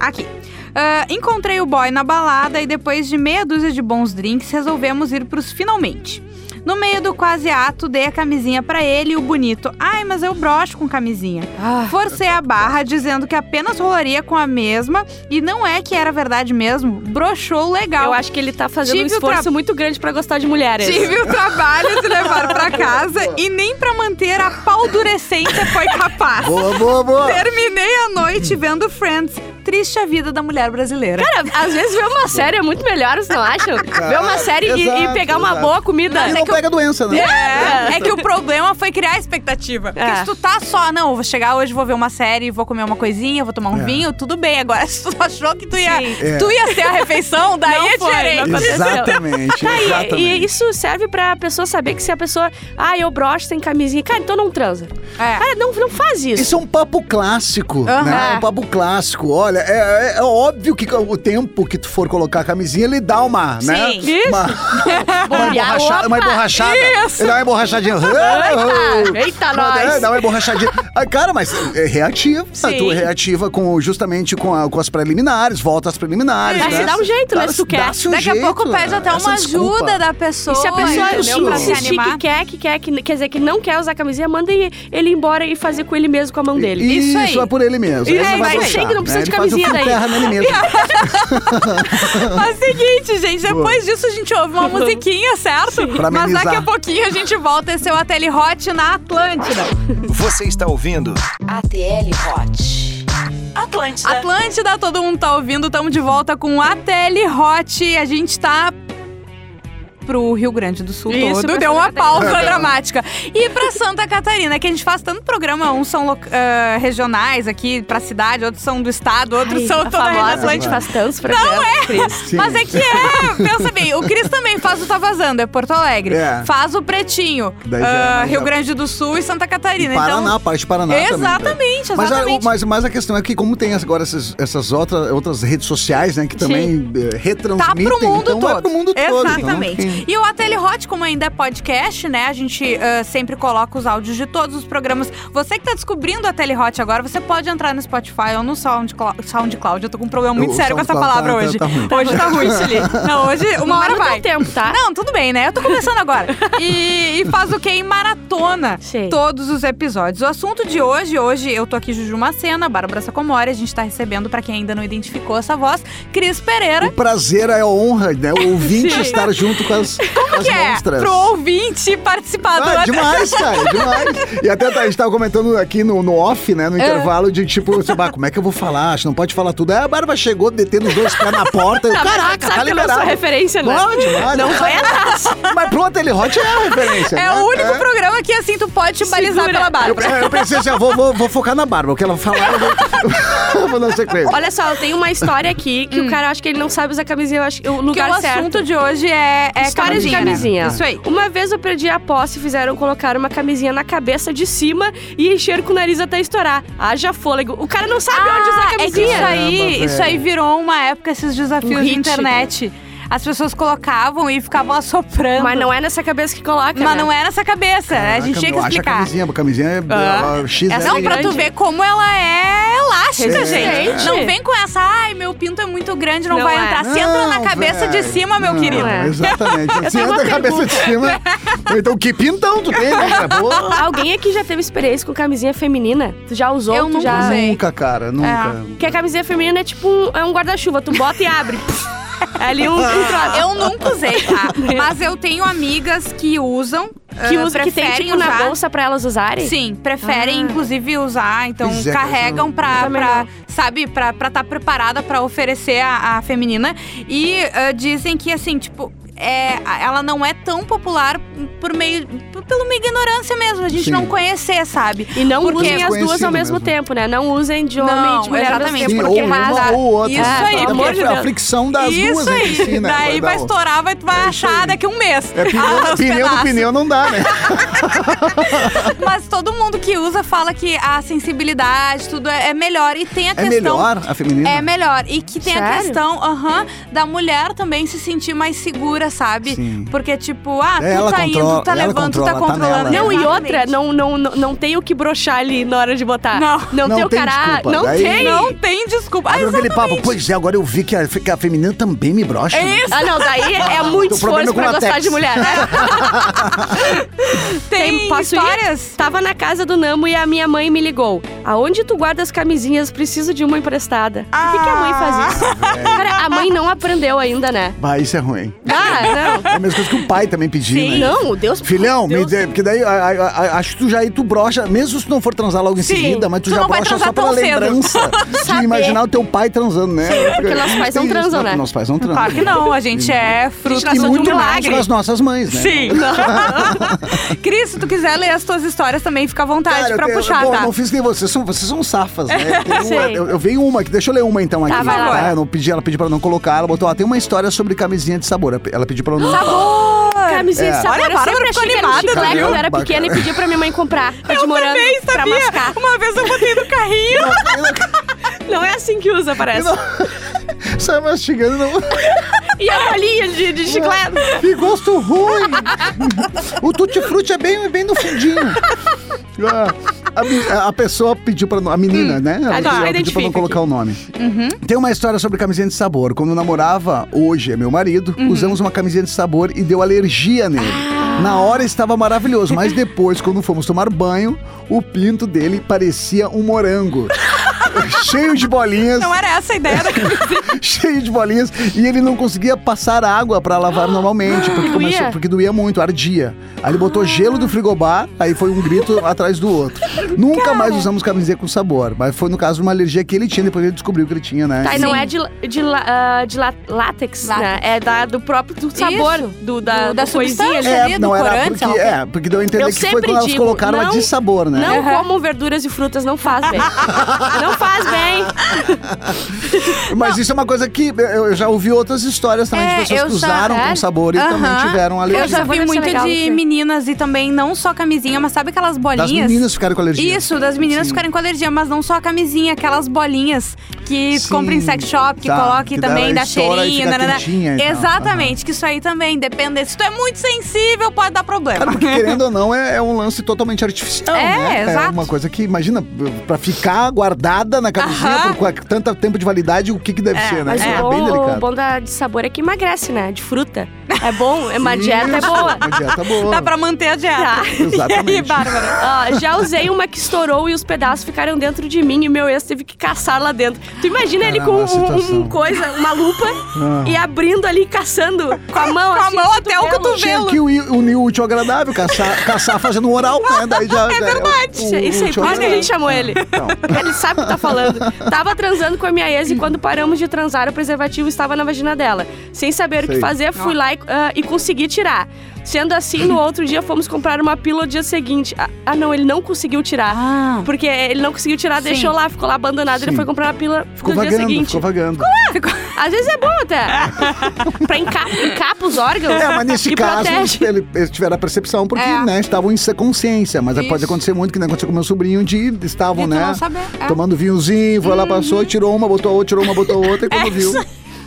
Speaker 4: Aqui. Ah, encontrei o boy na balada e depois de meia dúzia de bons drinks, resolvemos ir pros finalmente. No meio do quase ato, dei a camisinha pra ele e o bonito. Ai, mas eu broxo com camisinha.
Speaker 5: Ah,
Speaker 4: Forcei a barra, dizendo que apenas rolaria com a mesma. E não é que era verdade mesmo. Broxou legal.
Speaker 5: eu acho é que ele tá fazendo um
Speaker 4: Tive o
Speaker 5: esforço
Speaker 4: tra-
Speaker 5: muito grande pra gostar de mulheres.
Speaker 4: Tive o trabalho de levar pra casa e nem pra manter a paldurecência foi capaz.
Speaker 6: Boa, boa, boa.
Speaker 4: Terminei a noite vendo Friends, triste a vida da mulher brasileira.
Speaker 5: Cara, às vezes ver uma série é muito melhor, vocês não acham? Ver uma série e- e,
Speaker 6: exato,
Speaker 5: pegar uma
Speaker 6: exato.
Speaker 5: boa comida.
Speaker 6: E não pega doença, né?
Speaker 4: É, é que o problema foi criar a expectativa. Porque
Speaker 5: É.
Speaker 4: se tu tá só, não, eu vou chegar hoje, vou ver uma série, vou comer uma coisinha, vou tomar um
Speaker 6: É.
Speaker 4: vinho, tudo bem. Agora, se tu achou que tu ia,
Speaker 5: Sim.
Speaker 6: É.
Speaker 4: tu ia ser a refeição, daí
Speaker 5: Não
Speaker 4: é
Speaker 5: foi,
Speaker 4: diferente.
Speaker 5: não aconteceu.
Speaker 6: Exatamente,
Speaker 5: Tá, e-
Speaker 6: exatamente.
Speaker 5: e, isso serve pra pessoa saber que se a pessoa. Ah, eu broxo sem camisinha. Cara, então não transa.
Speaker 4: É.
Speaker 5: Cara, não, não faz isso.
Speaker 6: Isso é um papo clássico, né?
Speaker 4: Aham.
Speaker 6: Um papo clássico. Olha, é, é- é óbvio que o tempo que tu for colocar a camisinha, ele dá uma, né?
Speaker 4: Sim.
Speaker 5: Isso.
Speaker 6: Uma, uma,
Speaker 5: Bobear,
Speaker 6: emborrachada, uma
Speaker 5: opa,
Speaker 6: emborrachada. Ele dá uma emborrachadinha.
Speaker 5: Eita, eita,
Speaker 6: É,
Speaker 5: nós.
Speaker 6: dá uma emborrachadinha. Ah, cara, mas é reativa.
Speaker 4: Sim.
Speaker 6: Tu reativa com, justamente com, a- com as preliminares, volta às preliminares.
Speaker 5: Mas
Speaker 6: né?
Speaker 5: se dá um jeito, né, se tu quer.
Speaker 6: dá-se um
Speaker 4: Daqui a
Speaker 6: jeito,
Speaker 4: pouco
Speaker 6: né?
Speaker 4: pede até
Speaker 6: Essa
Speaker 4: uma
Speaker 6: desculpa.
Speaker 4: ajuda da pessoa.
Speaker 5: E se a pessoa
Speaker 4: entendeu? Pra se
Speaker 5: insistir
Speaker 4: animar.
Speaker 5: que quer, que quer, que quer dizer que não quer usar camisinha, manda ele embora e fazer com ele mesmo com a mão dele.
Speaker 4: Isso aí.
Speaker 6: é por ele mesmo.
Speaker 5: Isso,
Speaker 6: ele não vai
Speaker 5: mas
Speaker 6: deixar,
Speaker 5: sei que não precisa
Speaker 6: né?
Speaker 5: de
Speaker 6: Ele faz o
Speaker 5: camisinha
Speaker 6: fio
Speaker 5: daí.
Speaker 6: terra nele mesmo.
Speaker 4: Mas É seguinte, gente, depois disso a gente ouve uma musiquinha, certo?
Speaker 6: Pra
Speaker 4: Mas daqui a
Speaker 6: amenizar.
Speaker 4: pouquinho a gente volta. Esse é o Ateli Hot na Atlântida.
Speaker 1: Você está ouvindo?
Speaker 2: ATL Hot.
Speaker 3: Atlântida.
Speaker 4: Atlântida, todo mundo tá ouvindo, estamos de volta com a Tele Hot. A gente tá pro Rio Grande do Sul
Speaker 5: Isso,
Speaker 4: todo.
Speaker 5: pra
Speaker 4: Deu
Speaker 5: Santa
Speaker 4: uma pausa
Speaker 5: Catarina.
Speaker 4: dramática. E pra Santa Catarina, que a gente faz tanto programa, uns são loc- ah, regionais aqui pra cidade, outros são do estado, outros
Speaker 5: Ai,
Speaker 4: são
Speaker 5: a
Speaker 4: toda a
Speaker 5: famosa,
Speaker 4: região
Speaker 5: a gente
Speaker 4: atlântica.
Speaker 5: faz tantos programas. Cris.
Speaker 6: Sim.
Speaker 4: Mas é que é, pensa bem, o Cris também faz o Tá Vazando, é Porto Alegre.
Speaker 6: É.
Speaker 4: Faz o Pretinho,
Speaker 6: Daí já é
Speaker 4: ah,
Speaker 6: mais
Speaker 4: Rio
Speaker 6: a-
Speaker 4: Grande do Sul e Santa Catarina.
Speaker 6: Paraná,
Speaker 4: então,
Speaker 6: parte de Paraná também. tá?
Speaker 4: Exatamente,
Speaker 6: Mas a,
Speaker 4: exatamente.
Speaker 6: mas, mas a questão é que como tem agora essas, essas outras, outras redes sociais, né, que também eh,
Speaker 4: tá
Speaker 6: retransmitem,
Speaker 4: pro mundo
Speaker 6: então
Speaker 4: todo.
Speaker 6: vai pro mundo todo. então,
Speaker 4: Exatamente.
Speaker 6: enfim.
Speaker 4: E o Ateli Hot, como ainda é podcast, né? A gente ah, sempre coloca os áudios de todos os programas. Você que tá descobrindo o Ateli Hot agora, você pode entrar no Spotify ou no SoundCloud. SoundCloud. Eu tô com um problema muito
Speaker 6: O
Speaker 4: sério com essa
Speaker 6: SoundCloud
Speaker 4: palavra
Speaker 6: tá-
Speaker 4: hoje.
Speaker 6: tá ruim.
Speaker 4: hoje tá ruim, Chile. Não, hoje uma
Speaker 5: Mas
Speaker 4: hora
Speaker 5: no teu
Speaker 4: vai.
Speaker 5: tempo, tá?
Speaker 4: Não, tudo bem, né? Eu tô começando agora. E, e faz o quê? Em maratona.
Speaker 5: Sim.
Speaker 4: Todos os episódios. O assunto de hoje, hoje eu tô aqui, Juju Macena, Bárbara Sacomori. A gente tá recebendo, pra quem ainda não identificou essa voz, Cris Pereira.
Speaker 6: O prazer é a honra, né, o ouvinte
Speaker 5: Sim.
Speaker 6: estar junto com as, com as
Speaker 4: que é
Speaker 6: monstras.
Speaker 4: pro ouvinte participar do
Speaker 6: Ah, demais, cara, demais. E até tá- a gente tava comentando aqui no, no off,
Speaker 4: Ah.
Speaker 6: né? No intervalo de tipo, sei lá, como é que eu vou falar? Acho que não pode falar tudo. Aí a Bárbara chegou detendo os dois pés na porta. Eu,
Speaker 5: Tá, mas sabe que
Speaker 6: Caraca, tá
Speaker 5: eu não sou
Speaker 6: liberado.
Speaker 5: referência, né?
Speaker 6: Pode, pode.
Speaker 5: Não vai atrás.
Speaker 6: Mas pro Ateli Hot é a referência.
Speaker 4: É
Speaker 6: né?
Speaker 4: o único
Speaker 6: É.
Speaker 4: programa que assim tu pode te balizar
Speaker 5: Segura.
Speaker 4: pela Bárbara.
Speaker 6: Eu, eu pensei assim, ah, vou, vou, vou focar na Bárbara. O que ela falar, eu vou, eu vou dar um sequência.
Speaker 5: Olha só, eu tenho uma história aqui que o cara acha que ele não sabe usar camisinha, eu acho Hum. que o
Speaker 4: Porque
Speaker 5: lugar
Speaker 4: o
Speaker 5: certo.
Speaker 4: assunto de hoje é, é
Speaker 5: História de
Speaker 4: camisinha. né?
Speaker 5: camisinha.
Speaker 4: Isso aí.
Speaker 5: Uma vez eu perdi a posse e fizeram colocar uma camisinha na cabeça de cima e encher com o nariz até estourar. Haja fôlego. O cara não sabe onde usar
Speaker 4: Ah, é que
Speaker 5: camisinha.
Speaker 4: isso aí,
Speaker 6: Caramba,
Speaker 4: isso aí virou uma época, esses desafios
Speaker 5: Um
Speaker 4: de
Speaker 5: hit.
Speaker 4: internet. As pessoas colocavam e ficavam assoprando.
Speaker 5: Mas não é nessa cabeça que coloca.
Speaker 4: Mas
Speaker 5: né?
Speaker 4: não é nessa cabeça, a gente tinha que
Speaker 6: Ah, Acha a
Speaker 4: explicar.
Speaker 6: camisinha, a camisinha é
Speaker 5: Ah.
Speaker 6: ah. X,
Speaker 5: Essa
Speaker 4: Não,
Speaker 5: é
Speaker 4: pra tu
Speaker 5: grande.
Speaker 4: ver como ela é elástica,
Speaker 6: Sim.
Speaker 4: gente.
Speaker 5: Gente.
Speaker 4: Não vem com essa, ai, meu pinto é muito grande, não,
Speaker 5: Não
Speaker 4: vai
Speaker 5: é.
Speaker 4: entrar. Se entra na
Speaker 6: Não,
Speaker 4: cabeça de
Speaker 6: velho.
Speaker 4: cima, meu
Speaker 6: Não,
Speaker 4: querido.
Speaker 5: É.
Speaker 6: Exatamente. Se
Speaker 5: tenho uma
Speaker 6: entra a cabeça de cima. Ou Então, que pintão tu tem, né? Porra.
Speaker 5: Alguém aqui já teve experiência com camisinha feminina? Tu já usou?
Speaker 4: Eu
Speaker 5: tu
Speaker 4: nunca
Speaker 5: já...
Speaker 4: usei.
Speaker 6: Nunca,
Speaker 4: É.
Speaker 6: cara, nunca.
Speaker 5: Porque a camisinha feminina é tipo um, é um guarda-chuva. Tu bota e abre. É ali um, um troço.
Speaker 4: Eu nunca usei, tá? Mas eu tenho amigas que usam.
Speaker 5: que
Speaker 4: ah,
Speaker 5: usa, que tem
Speaker 4: preferem
Speaker 5: tipo na
Speaker 4: usar.
Speaker 5: bolsa pra elas usarem?
Speaker 4: Sim, preferem
Speaker 5: Ah.
Speaker 4: inclusive usar, então
Speaker 6: É Pois é,
Speaker 4: carregam
Speaker 6: não-
Speaker 4: pra,
Speaker 5: Também
Speaker 4: pra,
Speaker 5: não.
Speaker 4: sabe, pra estar tá preparada pra oferecer a, a feminina. E ah, dizem que, assim, tipo, é, a- ela não é tão popular por meio, p- pela uma ignorância mesmo, a gente
Speaker 6: Sim.
Speaker 4: não conhecer, sabe?
Speaker 5: E não
Speaker 4: Porque
Speaker 5: usem as duas
Speaker 6: desconhecido
Speaker 5: ao mesmo,
Speaker 6: mesmo.
Speaker 5: tempo, né? Não usem de homem
Speaker 4: Não,
Speaker 5: e de mulher ao mesmo
Speaker 4: exatamente.
Speaker 5: tempo,
Speaker 4: Sim,
Speaker 5: porque
Speaker 6: ou
Speaker 5: vaza.
Speaker 6: uma ou outra.
Speaker 4: Isso aí,
Speaker 6: Até
Speaker 5: pelo
Speaker 6: porque
Speaker 5: amor de
Speaker 6: a
Speaker 5: Deus.
Speaker 6: fricção das
Speaker 4: Isso
Speaker 6: duas
Speaker 4: aí,
Speaker 6: entre si, né?
Speaker 4: daí vai
Speaker 6: dar um-
Speaker 4: estourar, vai, vai
Speaker 6: isso
Speaker 4: achar
Speaker 6: aí.
Speaker 4: daqui um mês.
Speaker 6: É pneu,
Speaker 4: Ah, os
Speaker 6: pneu do
Speaker 4: pedaços.
Speaker 6: pneu não dá, né?
Speaker 4: Mas todo mundo que usa fala que a sensibilidade, tudo é, é melhor. E tem a
Speaker 6: É
Speaker 4: questão.
Speaker 6: melhor a feminina?
Speaker 4: É melhor. E que tem a
Speaker 5: Sério?
Speaker 4: questão aham, da mulher também se sentir mais segura, sabe?
Speaker 6: Sim.
Speaker 4: Porque, tipo, ah, tu
Speaker 6: Ela
Speaker 4: tá indo, tu
Speaker 6: controla-
Speaker 4: tá
Speaker 6: ela
Speaker 4: levando, tu tá
Speaker 6: controla, tá
Speaker 4: controlando.
Speaker 6: nela, né?
Speaker 5: Não, e
Speaker 4: Exatamente.
Speaker 5: outra, não, não, não, não tem o que broxar ali na hora de botar.
Speaker 4: Não.
Speaker 6: Não
Speaker 5: tem o
Speaker 6: tem
Speaker 5: cara. ah,
Speaker 6: desculpa,
Speaker 5: Não
Speaker 6: daí-
Speaker 5: tem.
Speaker 4: Não tem desculpa. Ah,
Speaker 6: Agora aquele papo, pois é, agora eu vi que a, que a feminina também me brocha. né?
Speaker 5: Ah, não, daí é muito
Speaker 6: Teu
Speaker 5: esforço
Speaker 6: problema é com
Speaker 5: pra gostar
Speaker 6: latex.
Speaker 5: de mulher. né?
Speaker 4: tem
Speaker 5: posso ir?
Speaker 4: histórias?
Speaker 5: Tava na casa do Namo e a minha mãe me ligou. Aonde tu guarda as camisinhas, preciso de uma emprestada. Por que, que a mãe faz isso?
Speaker 6: velho.
Speaker 5: Cara, a mãe não aprendeu ainda, né?
Speaker 6: Bah, isso é ruim.
Speaker 5: Ah, não.
Speaker 6: É a mesma coisa que o pai também pediu,
Speaker 5: Sim.
Speaker 6: né?
Speaker 5: Não, Deus
Speaker 6: Filhão, me
Speaker 5: Deus-
Speaker 6: dê, porque daí a- a- a- acho que tu já aí tu brocha, mesmo se tu não for transar logo em
Speaker 4: Sim.
Speaker 6: seguida, mas tu,
Speaker 4: Tu
Speaker 6: já
Speaker 4: não vai
Speaker 6: brocha
Speaker 4: transar
Speaker 6: só pela
Speaker 4: tão cedo.
Speaker 6: lembrança de
Speaker 5: Saber.
Speaker 6: imaginar o teu pai transando, né?
Speaker 5: porque nossos pais não
Speaker 6: Tem isso,
Speaker 5: transam,
Speaker 6: no-
Speaker 5: né?
Speaker 6: Nossos pais não transam.
Speaker 4: Claro que não, a gente é fruto
Speaker 6: E
Speaker 5: Nasceu de um
Speaker 6: muito mais
Speaker 5: milagre.
Speaker 6: com as nossas mães, né?
Speaker 4: Sim. Cris, se tu quiser ler as tuas histórias também, fica à vontade
Speaker 6: Cara, eu
Speaker 4: pra
Speaker 6: tenho-
Speaker 4: puxar,
Speaker 6: bom, eu
Speaker 4: tá?
Speaker 6: não fiz nem vocês, são, vocês são safas, né? Tem uma-
Speaker 5: Sim.
Speaker 6: eu, eu vi uma aqui, deixa eu ler uma então aqui.
Speaker 5: Tá, vai lá.
Speaker 6: Eu não pedi, ela pediu pra não colocar, ela botou, ó, tem uma história sobre camisinha de sabor. Ela pediu pra eu não.
Speaker 4: Sabor!
Speaker 5: Camisinha
Speaker 6: É.
Speaker 5: de sabor.
Speaker 4: Olha, a
Speaker 5: eu
Speaker 4: Bárbara
Speaker 5: sempre
Speaker 4: ficou
Speaker 5: achei que era um
Speaker 4: animada,
Speaker 5: chiclete
Speaker 6: né?
Speaker 5: quando eu era
Speaker 6: Bacana.
Speaker 5: pequena e pedia pra minha mãe comprar. Eu de morango
Speaker 4: também,
Speaker 5: pra mascar.
Speaker 4: sabia? Uma vez eu botei no carrinho.
Speaker 5: Não é assim que usa, parece.
Speaker 6: Sai mastigando, não.
Speaker 5: E a bolinha de, de chiclete.
Speaker 6: Que gosto ruim! o tutti-frutti é bem, bem no fundinho. Ah, A, me- a pessoa pediu pra. não- A menina, né?
Speaker 5: Ah,
Speaker 6: Ela, pediu-
Speaker 5: tá,
Speaker 6: ela pediu
Speaker 5: identifica
Speaker 6: pra não
Speaker 5: aqui. Uhum.
Speaker 6: colocar o nome. Tem uma história sobre camisinha de sabor. Quando eu namorava, hoje é meu marido,
Speaker 5: Uhum.
Speaker 6: usamos uma camisinha de sabor e deu alergia nele.
Speaker 5: Ah.
Speaker 6: Na hora estava maravilhoso, mas depois, quando fomos tomar banho, o pinto dele parecia um morango. Cheio de bolinhas
Speaker 5: É um
Speaker 4: Não era essa a ideia da
Speaker 6: cheio de bolinhas e ele não conseguia passar água pra lavar normalmente, porque
Speaker 5: Doía?
Speaker 6: começou, porque doía muito, ardia. Aí ele botou gelo do frigobar, aí foi um grito atrás do outro. Nunca mais usamos camiseta com sabor, mas foi no caso uma alergia que ele tinha, depois ele descobriu que ele tinha, né?
Speaker 5: Tá, e não é de, de, lá- ah, de lá- látex, né?
Speaker 2: Látex.
Speaker 5: É da- do próprio do sabor.
Speaker 4: Isso.
Speaker 5: Do, da, né?
Speaker 2: Do- da
Speaker 5: coisinha.
Speaker 2: substância. ali, do
Speaker 6: É, não era
Speaker 2: corante,
Speaker 6: porque,
Speaker 2: sei lá o
Speaker 6: é, porque deu a entender
Speaker 5: Eu
Speaker 6: que foi
Speaker 5: sempre
Speaker 6: quando elas
Speaker 5: digo,
Speaker 6: colocaram a
Speaker 5: não-
Speaker 6: de sabor, né?
Speaker 5: Não comam verduras e frutas, não faz bem. não faz bem.
Speaker 6: Mas isso é uma coisa que eu, eu já ouvi outras histórias também
Speaker 4: É,
Speaker 6: de pessoas
Speaker 4: eu
Speaker 6: que
Speaker 4: já-
Speaker 6: usaram
Speaker 4: é.
Speaker 6: com sabor e também
Speaker 4: Aham.
Speaker 6: tiveram alergia.
Speaker 4: Eu já
Speaker 5: Sabor
Speaker 4: vi
Speaker 5: deve ser
Speaker 4: muito
Speaker 5: legal,
Speaker 4: de
Speaker 5: sim.
Speaker 4: meninas e também não só camisinha, mas sabe aquelas bolinhas?
Speaker 6: Das meninas ficaram com alergia.
Speaker 4: Isso, das meninas
Speaker 6: Sim.
Speaker 4: ficarem com alergia, mas não só a camisinha, aquelas bolinhas que
Speaker 6: Sim,
Speaker 4: compra em sex shop, que
Speaker 6: tá,
Speaker 4: coloca e
Speaker 6: que
Speaker 4: também,
Speaker 6: dá-
Speaker 4: dá
Speaker 6: estoura e
Speaker 4: cheirinho.
Speaker 6: fica
Speaker 4: nananã.
Speaker 6: quentinha e tal.
Speaker 4: Exatamente, que isso aí também depende. Se tu é muito sensível, pode dar
Speaker 6: Cara,
Speaker 4: problema.
Speaker 6: porque querendo ou não, é, é um lance totalmente artificial,
Speaker 4: É,
Speaker 6: né? É
Speaker 4: exato.
Speaker 6: uma coisa que, imagina, pra ficar guardada na camisinha
Speaker 4: Aham.
Speaker 6: por qua- tanto tempo de validade, o que que deve ser, né?
Speaker 5: Mas
Speaker 6: Isso
Speaker 5: o,
Speaker 6: é bem
Speaker 5: bom, o
Speaker 6: delicado.
Speaker 5: bom da, de sabor é que emagrece, né? De fruta. É bom, é uma dieta é
Speaker 6: Isso,
Speaker 5: boa.
Speaker 6: Uma dieta boa.
Speaker 4: Dá pra manter a dieta.
Speaker 5: Tá.
Speaker 4: E aí,
Speaker 6: Exatamente.
Speaker 4: Bárbara?
Speaker 5: Ó, já usei uma que estourou e os pedaços ficaram dentro de mim e meu ex teve que caçar lá dentro. Tu imagina ele com
Speaker 6: Caramba, a
Speaker 5: um- um,
Speaker 6: situação.
Speaker 5: coisa, uma lupa
Speaker 6: Ah.
Speaker 5: e abrindo ali, caçando com a mão.
Speaker 4: Com a
Speaker 5: assim,
Speaker 4: mão até o
Speaker 6: Tinha
Speaker 4: cotovelo.
Speaker 6: que unir unir o útil ao agradável, caçar, caçar fazendo um oral, né? Daí já, é
Speaker 5: Isso, isso aí, por isso que a gente chamou ele.
Speaker 6: Ah, então.
Speaker 5: Ele sabe o que tá falando. Tava transando com a minha ex e quando paramos de transar, o preservativo estava na vagina dela. Sem saber o que
Speaker 6: Sei.
Speaker 5: fazer, fui lá e, ah, e consegui tirar. Sendo assim, no outro dia fomos comprar uma pílula no dia seguinte. Ah, ah, não, ele não conseguiu tirar.
Speaker 4: Ah.
Speaker 5: Porque eh, ele não conseguiu tirar,
Speaker 4: Sim.
Speaker 5: deixou lá, ficou lá abandonado.
Speaker 6: Sim.
Speaker 5: Ele foi comprar uma pílula
Speaker 6: Ficou
Speaker 5: no dia
Speaker 6: vagando,
Speaker 5: seguinte.
Speaker 6: ficou vagando.
Speaker 5: Às vezes é bom até. pra enca- encapa os órgãos
Speaker 6: É, mas nesse
Speaker 5: e
Speaker 6: caso,
Speaker 5: protege.
Speaker 6: ele- eles tiveram a percepção, porque,
Speaker 4: É.
Speaker 6: né, estavam em sã consciência. Mas
Speaker 4: Isso.
Speaker 6: pode acontecer muito, que nem aconteceu com meu sobrinho, de estavam,
Speaker 4: De tu
Speaker 6: né?
Speaker 4: não saber, é. Hum.
Speaker 6: Tomando vinhozinho, foi lá, passou, tirou uma, botou a outra, tirou uma, botou a outra, e
Speaker 4: É
Speaker 6: quando viu.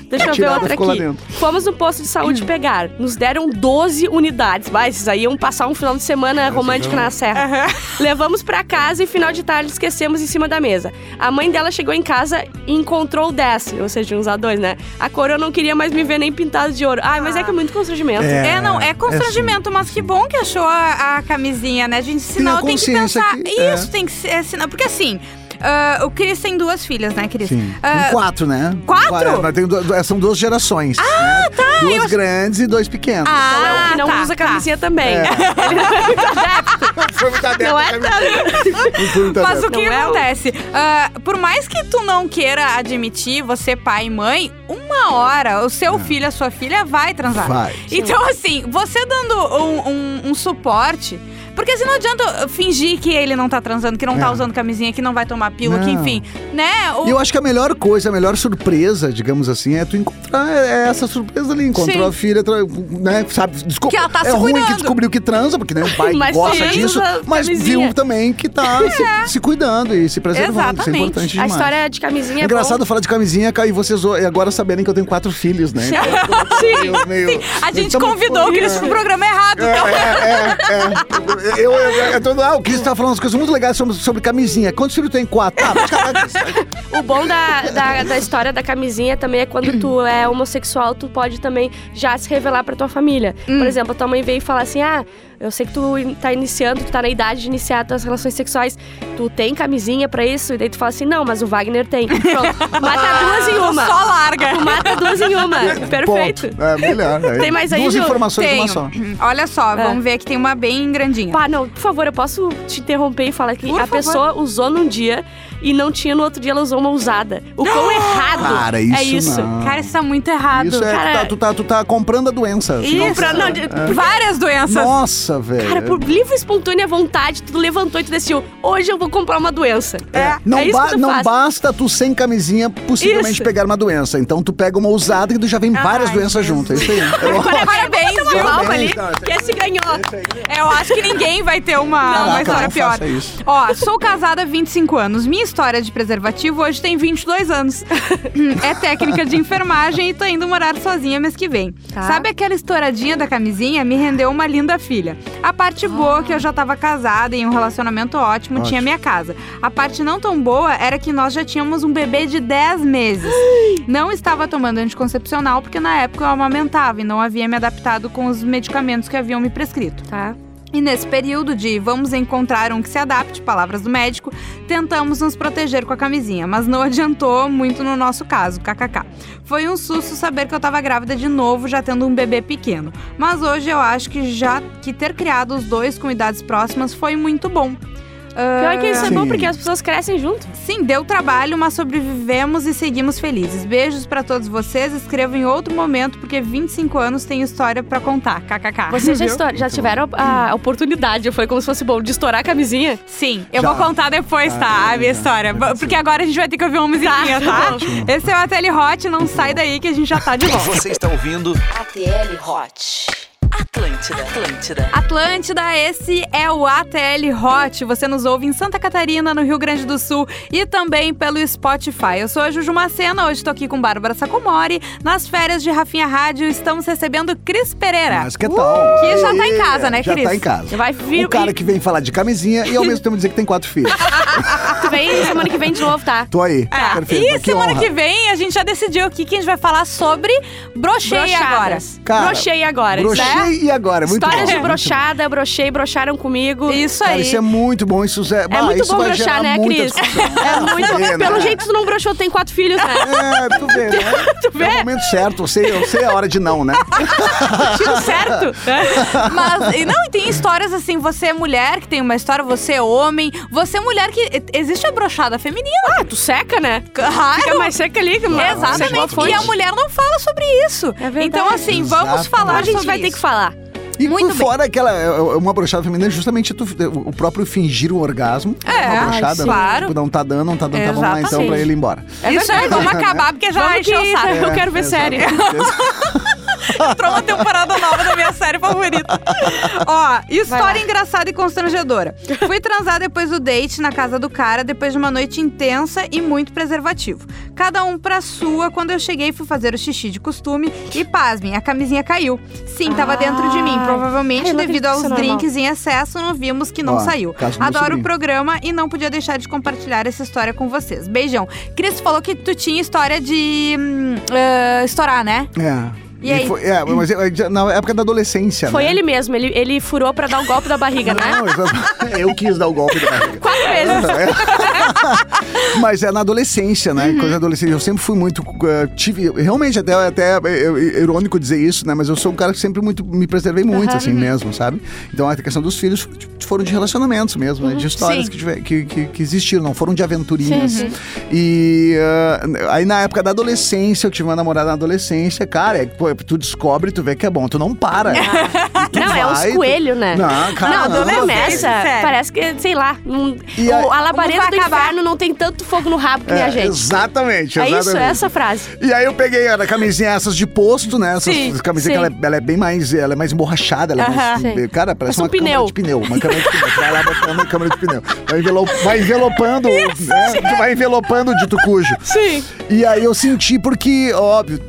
Speaker 5: Deixa eu ver
Speaker 6: Tirava,
Speaker 5: outra
Speaker 6: ficou lá
Speaker 5: aqui.
Speaker 6: dentro.
Speaker 5: Fomos no posto de saúde pegar. Nos deram 12 unidades. Vai, esses aí iam passar um final de semana romântico
Speaker 4: então
Speaker 5: na serra. Levamos pra casa e final de tarde esquecemos em cima da mesa. A mãe dela chegou em casa e encontrou 10, ou seja, uns a dois, né? A coroa não queria mais me ver nem pintado de ouro. Ai,
Speaker 4: Ah.
Speaker 5: mas é que é muito constrangimento.
Speaker 4: É,
Speaker 6: É,
Speaker 4: não,
Speaker 6: é
Speaker 4: é constrangimento, mas que bom que achou a, a camisinha, né? Gente, sinal tem que
Speaker 6: consciência
Speaker 4: pensar.
Speaker 6: que- é.
Speaker 4: Isso tem que ser é sinal. Porque assim, ah, o Cris tem duas filhas, né, Cris?
Speaker 6: Sim.
Speaker 4: Ah,
Speaker 6: Tem quatro, né?
Speaker 4: quatro?
Speaker 6: Quatro, nós temos du- são duas gerações. Ah, tá. Duas grandes e dois pequenos.
Speaker 5: Então é o
Speaker 4: ah,
Speaker 5: que não
Speaker 4: tá,
Speaker 5: usa
Speaker 4: tá.
Speaker 5: camisinha também.
Speaker 6: É. Foi muito aberto.
Speaker 5: Não é tanto.
Speaker 6: Foi muito
Speaker 4: Mas o
Speaker 6: aberto.
Speaker 4: que
Speaker 5: Não é o-
Speaker 4: acontece? Ah, por mais que tu não queira admitir, você pai e mãe, uma hora o seu filho, a sua filha vai transar.
Speaker 6: É. Vai.
Speaker 4: Então, assim, você dando um, um- um suporte. Porque assim, não adianta fingir que ele não tá transando, que não tá
Speaker 6: É.
Speaker 4: usando camisinha, que não vai tomar pílula, que
Speaker 6: Não.
Speaker 4: enfim, né? O-
Speaker 6: E eu acho que a melhor coisa, a melhor surpresa, digamos assim, é tu encontrar é essa surpresa ali. Encontrou
Speaker 4: Sim.
Speaker 6: a filha, tra- né? Sabe,
Speaker 4: Que
Speaker 6: desculpa.
Speaker 4: ela tá se
Speaker 6: é ruim que
Speaker 4: cuidando.
Speaker 6: descobriu que transa, porque né, o pai
Speaker 5: Mas
Speaker 6: gosta
Speaker 5: sim,
Speaker 6: disso,
Speaker 5: usa
Speaker 6: mas
Speaker 5: camisinha. É.
Speaker 6: viu também que tá se, se cuidando e se preservando. Isso é
Speaker 4: Exatamente.
Speaker 5: A
Speaker 6: importante demais.
Speaker 5: história de camisinha é
Speaker 6: Engraçado falar de camisinha e vocês o- e agora saberem que eu tenho quatro filhos, né? Então,
Speaker 5: Sim.
Speaker 6: eu meio-
Speaker 4: a gente
Speaker 6: Então,
Speaker 4: convidou o Cris pro programa errado.
Speaker 6: É,
Speaker 4: então.
Speaker 6: é, é, é. Eu, eu, eu tô- ah, o Cris tá falando umas coisas muito legais sobre, sobre camisinha. Quantos filhos tem? Quatro. Ah, mas caraca,
Speaker 5: O bom da, da, da história da camisinha também é quando tu
Speaker 4: Hum.
Speaker 5: é homossexual, tu pode também já se revelar pra tua família. Por exemplo, tua mãe veio e fala assim: ah. Eu sei que tu in- tá iniciando, tu tá na idade de iniciar tuas relações sexuais. Tu tem camisinha pra isso? E daí tu fala assim, não, mas o Wagner tem. Pronto. Mata duas em uma.
Speaker 4: Só larga.
Speaker 5: Tu mata duas em uma. Perfeito.
Speaker 6: Ponto. É, melhor.
Speaker 5: Tem mais aí,
Speaker 6: Duas
Speaker 5: Ju?
Speaker 6: informações de
Speaker 4: Tenho. Uhum.
Speaker 6: uma só.
Speaker 4: Olha só,
Speaker 5: É.
Speaker 4: vamos ver que tem uma bem grandinha.
Speaker 5: Pá, não, por favor, eu posso te interromper e falar que
Speaker 4: Por
Speaker 5: a
Speaker 4: favor.
Speaker 5: pessoa usou num dia e não tinha no outro dia, ela usou uma usada. O quão errado
Speaker 6: Cara,
Speaker 5: é
Speaker 6: isso
Speaker 5: isso.
Speaker 6: não.
Speaker 4: Cara, isso tá muito errado.
Speaker 6: Isso é, tu
Speaker 5: Cara-
Speaker 6: tá, tu, tá, tu tá comprando a doença.
Speaker 4: Isso.
Speaker 6: Não-
Speaker 5: Pra- não, de-
Speaker 6: É.
Speaker 4: Várias doenças.
Speaker 6: Nossa, velho.
Speaker 5: Cara, por livre e espontânea vontade, tu levantou e tu decidiu, hoje eu vou comprar uma doença. É,
Speaker 6: Não,
Speaker 5: isso
Speaker 6: ba-
Speaker 5: que tu
Speaker 6: não
Speaker 5: faz.
Speaker 6: basta tu sem camisinha possivelmente
Speaker 5: Isso.
Speaker 6: pegar uma doença. Então tu pega uma ousada e tu já vem várias doenças junto. É isso aí.
Speaker 5: Parabéns,
Speaker 4: Parabéns,
Speaker 5: vamos
Speaker 4: viu?
Speaker 5: dar uma palma ali,
Speaker 6: Parabéns, cara.
Speaker 5: que esse ganhou.
Speaker 4: Eu acho que ninguém vai ter uma, uma
Speaker 6: Caraca,
Speaker 4: história
Speaker 6: não
Speaker 4: pior.
Speaker 6: faça isso.
Speaker 4: Ó, sou casada há 25 anos. Minha história de preservativo hoje tem 22 anos. é técnica de enfermagem e tô indo morar sozinha mês que vem.
Speaker 5: Tá.
Speaker 4: Sabe aquela estouradinha da camisinha? Me rendeu uma linda filha. A parte boa é que eu já tava casada e em um relacionamento ótimo,
Speaker 6: Ótimo.
Speaker 4: tinha minha casa. A parte não tão boa era que nós já tínhamos um bebê de 10 meses. Não estava tomando anticoncepcional porque na época eu amamentava e não havia me adaptado com os medicamentos que haviam me prescrito.
Speaker 5: Tá.
Speaker 4: E nesse período de vamos encontrar um que se adapte, palavras do médico, tentamos nos proteger com a camisinha, mas não adiantou muito no nosso caso, kkk. Foi um susto saber que eu tava grávida de novo, já tendo um bebê pequeno. Mas hoje eu acho que já que ter criado os dois com idades próximas foi muito bom.
Speaker 5: Pior que isso é bom,
Speaker 6: Sim.
Speaker 5: porque as pessoas crescem junto.
Speaker 4: Sim, deu trabalho, mas sobrevivemos e seguimos felizes. Beijos pra todos vocês. Escrevo em outro momento, porque 25 anos tem história pra contar. KKK.
Speaker 5: Vocês já, estoura- já tiveram a a oportunidade, foi como se fosse bom, de estourar a camisinha.
Speaker 4: Sim, eu
Speaker 6: Já.
Speaker 4: vou contar depois,
Speaker 6: Ah,
Speaker 4: tá?
Speaker 6: é,
Speaker 4: A minha
Speaker 6: tá.
Speaker 4: história.
Speaker 6: Vai ser.
Speaker 4: Porque agora a gente vai ter que ouvir uma musiquinha, tá? Esse é o ATL Hot, não sai daí que a gente já tá de volta.
Speaker 1: Você está ouvindo
Speaker 2: ATL Hot.
Speaker 3: Atlântida, Atlântida.
Speaker 4: Atlântida, esse é o ATL Hot. Você nos ouve em Santa Catarina, no Rio Grande do Sul e também pelo Spotify. Eu sou a Juju Macena, hoje tô aqui com Bárbara Sacomori. Nas férias de Rafinha Rádio, estamos recebendo Cris Pereira.
Speaker 6: Mas que tal?
Speaker 4: que já tá em casa, né,
Speaker 6: já
Speaker 4: Cris?
Speaker 6: Já tá em casa.
Speaker 5: Vai vir
Speaker 6: O cara que vem falar de camisinha e ao mesmo tempo dizer que tem quatro filhos.
Speaker 5: Tu vem semana que vem de novo, tá?
Speaker 6: Tô aí.
Speaker 4: É.
Speaker 6: Perfeito.
Speaker 4: E semana
Speaker 6: honra.
Speaker 4: que vem a gente já decidiu aqui que a gente vai falar sobre brocheia agora.
Speaker 5: Brochadas.
Speaker 6: Cara,
Speaker 5: brochei agora. né?
Speaker 6: Brochei e agora. Muito
Speaker 5: Histórias
Speaker 6: bom.
Speaker 5: de brochada, brochei, brocharam comigo.
Speaker 4: Isso aí.
Speaker 6: Cara, isso é muito bom. Isso é, Bah,
Speaker 5: muito
Speaker 6: isso
Speaker 5: bom
Speaker 6: vai
Speaker 5: brochar,
Speaker 6: gerar
Speaker 5: né,
Speaker 6: muita
Speaker 5: Cris?
Speaker 6: discussão.
Speaker 5: É
Speaker 6: Ah,
Speaker 5: muito.
Speaker 6: fuder,
Speaker 5: Pelo
Speaker 6: né?
Speaker 5: jeito, tu não broxou, tem quatro filhos, né?
Speaker 6: É, tu vê, né?
Speaker 5: Tu
Speaker 6: É o
Speaker 5: vê?
Speaker 6: momento certo. Eu sei, eu sei a hora de não, né?
Speaker 5: Tiro certo.
Speaker 4: Mas, e não, e tem histórias assim, você é mulher que tem uma história, você é homem, você é mulher que. Existe a brochada feminina.
Speaker 5: Ah, tu seca, né?
Speaker 4: Claro.
Speaker 5: Fica mais seca ali. Que uma- seca uma
Speaker 4: Exatamente.
Speaker 5: fonte.
Speaker 4: E a mulher não fala sobre isso.
Speaker 5: É verdade.
Speaker 4: Então, assim, vamos
Speaker 6: Exato.
Speaker 4: falar.
Speaker 5: a gente
Speaker 4: sobre
Speaker 5: vai ter
Speaker 4: isso.
Speaker 5: que falar.
Speaker 6: E
Speaker 4: Muito
Speaker 6: por
Speaker 4: bem.
Speaker 6: fora aquela é, é, uma brochada feminina é justamente tu- o próprio fingir o orgasmo.
Speaker 4: É,
Speaker 6: uma
Speaker 4: ai,
Speaker 6: brochada,
Speaker 4: sim.
Speaker 6: né?
Speaker 4: Claro.
Speaker 6: Tipo, não tá dando, não tá dando, tá bom lá então
Speaker 5: Exatamente.
Speaker 6: pra ele ir embora. É,
Speaker 5: É
Speaker 4: Isso aí,
Speaker 5: verdade.
Speaker 4: vamos acabar, porque já
Speaker 5: Vamos
Speaker 4: encheu o
Speaker 5: que-
Speaker 4: saco.
Speaker 5: Eu quero ver série.
Speaker 4: Entrou uma temporada nova da minha série favorita. Ó,
Speaker 5: Vai
Speaker 4: história
Speaker 5: lá.
Speaker 4: engraçada e constrangedora. Fui transar depois do date na casa do cara, depois de uma noite intensa e muito preservativo. Cada um pra sua, quando eu cheguei fui fazer o xixi de costume e pasmem, a camisinha caiu. Sim, tava
Speaker 5: Ai.
Speaker 4: dentro de mim,
Speaker 5: Ai,
Speaker 4: provavelmente
Speaker 5: eu não
Speaker 4: devido
Speaker 5: acredito que
Speaker 4: aos
Speaker 5: isso é normal.
Speaker 4: drinks em excesso, não vimos que não
Speaker 6: Ó,
Speaker 4: saiu.
Speaker 6: caso do meu
Speaker 4: Adoro o
Speaker 6: sobrinho.
Speaker 4: programa e não podia deixar de compartilhar essa história com vocês. Beijão. Cris tu falou que tu tinha história de hum, ah, estourar, né?
Speaker 6: É.
Speaker 4: E aí?
Speaker 6: foi- é, mas é- é na época da adolescência,
Speaker 5: Foi
Speaker 6: né?
Speaker 5: ele mesmo, ele, ele furou pra dar o golpe da barriga, né?
Speaker 6: Não, exato. eu quis dar o golpe da barriga.
Speaker 5: Quatro vezes.
Speaker 6: Mas é na adolescência, né?
Speaker 5: Uhum.
Speaker 6: Coisa adolescente. Eu sempre fui muito. eh, tive. Realmente, até, até é, é irônico dizer isso, né? Mas eu sou um cara que sempre muito, me preservei muito, assim
Speaker 5: uhum.
Speaker 6: mesmo, sabe? Então a questão dos filhos foram de relacionamentos mesmo,
Speaker 5: Uhum.
Speaker 6: né? De histórias
Speaker 4: Sim.
Speaker 6: que, tiver- que, que- que existiram, não foram de aventurinhas.
Speaker 5: Uhum.
Speaker 6: E ah, aí na época da adolescência, eu tive uma namorada na adolescência, cara, é, pô, tu descobre, tu vê que é bom, tu não para. Tu
Speaker 5: Não, é
Speaker 6: vai,
Speaker 5: uns
Speaker 6: tu-
Speaker 5: coelhos, né?
Speaker 6: Não, cara.
Speaker 5: Não,
Speaker 4: adolescente,
Speaker 5: começa.
Speaker 4: sério.
Speaker 5: Parece que, sei lá, não-
Speaker 6: E
Speaker 5: o-
Speaker 6: aí-
Speaker 5: a labareda
Speaker 4: Vamos
Speaker 5: do
Speaker 4: acabar.
Speaker 5: inferno não tem tanto fogo no rabo que nem a gente.
Speaker 6: É, Exatamente, exatamente.
Speaker 5: É isso, é essa frase.
Speaker 6: E aí eu peguei era camisinha essas de posto, né? Essas
Speaker 5: Sim,
Speaker 6: camisinha que
Speaker 5: sim.
Speaker 6: ela é, ela é bem mais, ela é mais emborrachada, ela é mais,
Speaker 5: Aham. Sim.
Speaker 6: cara, parece
Speaker 5: Parece um
Speaker 6: uma câmera
Speaker 5: pneu.
Speaker 6: de pneu, uma câmera de pneu. Vai lá botando a câmera de pneu. Vai, envelo- vai envelopando, né? vai envelopando o dito cujo.
Speaker 5: Sim.
Speaker 6: E aí eu senti porque, óbvio,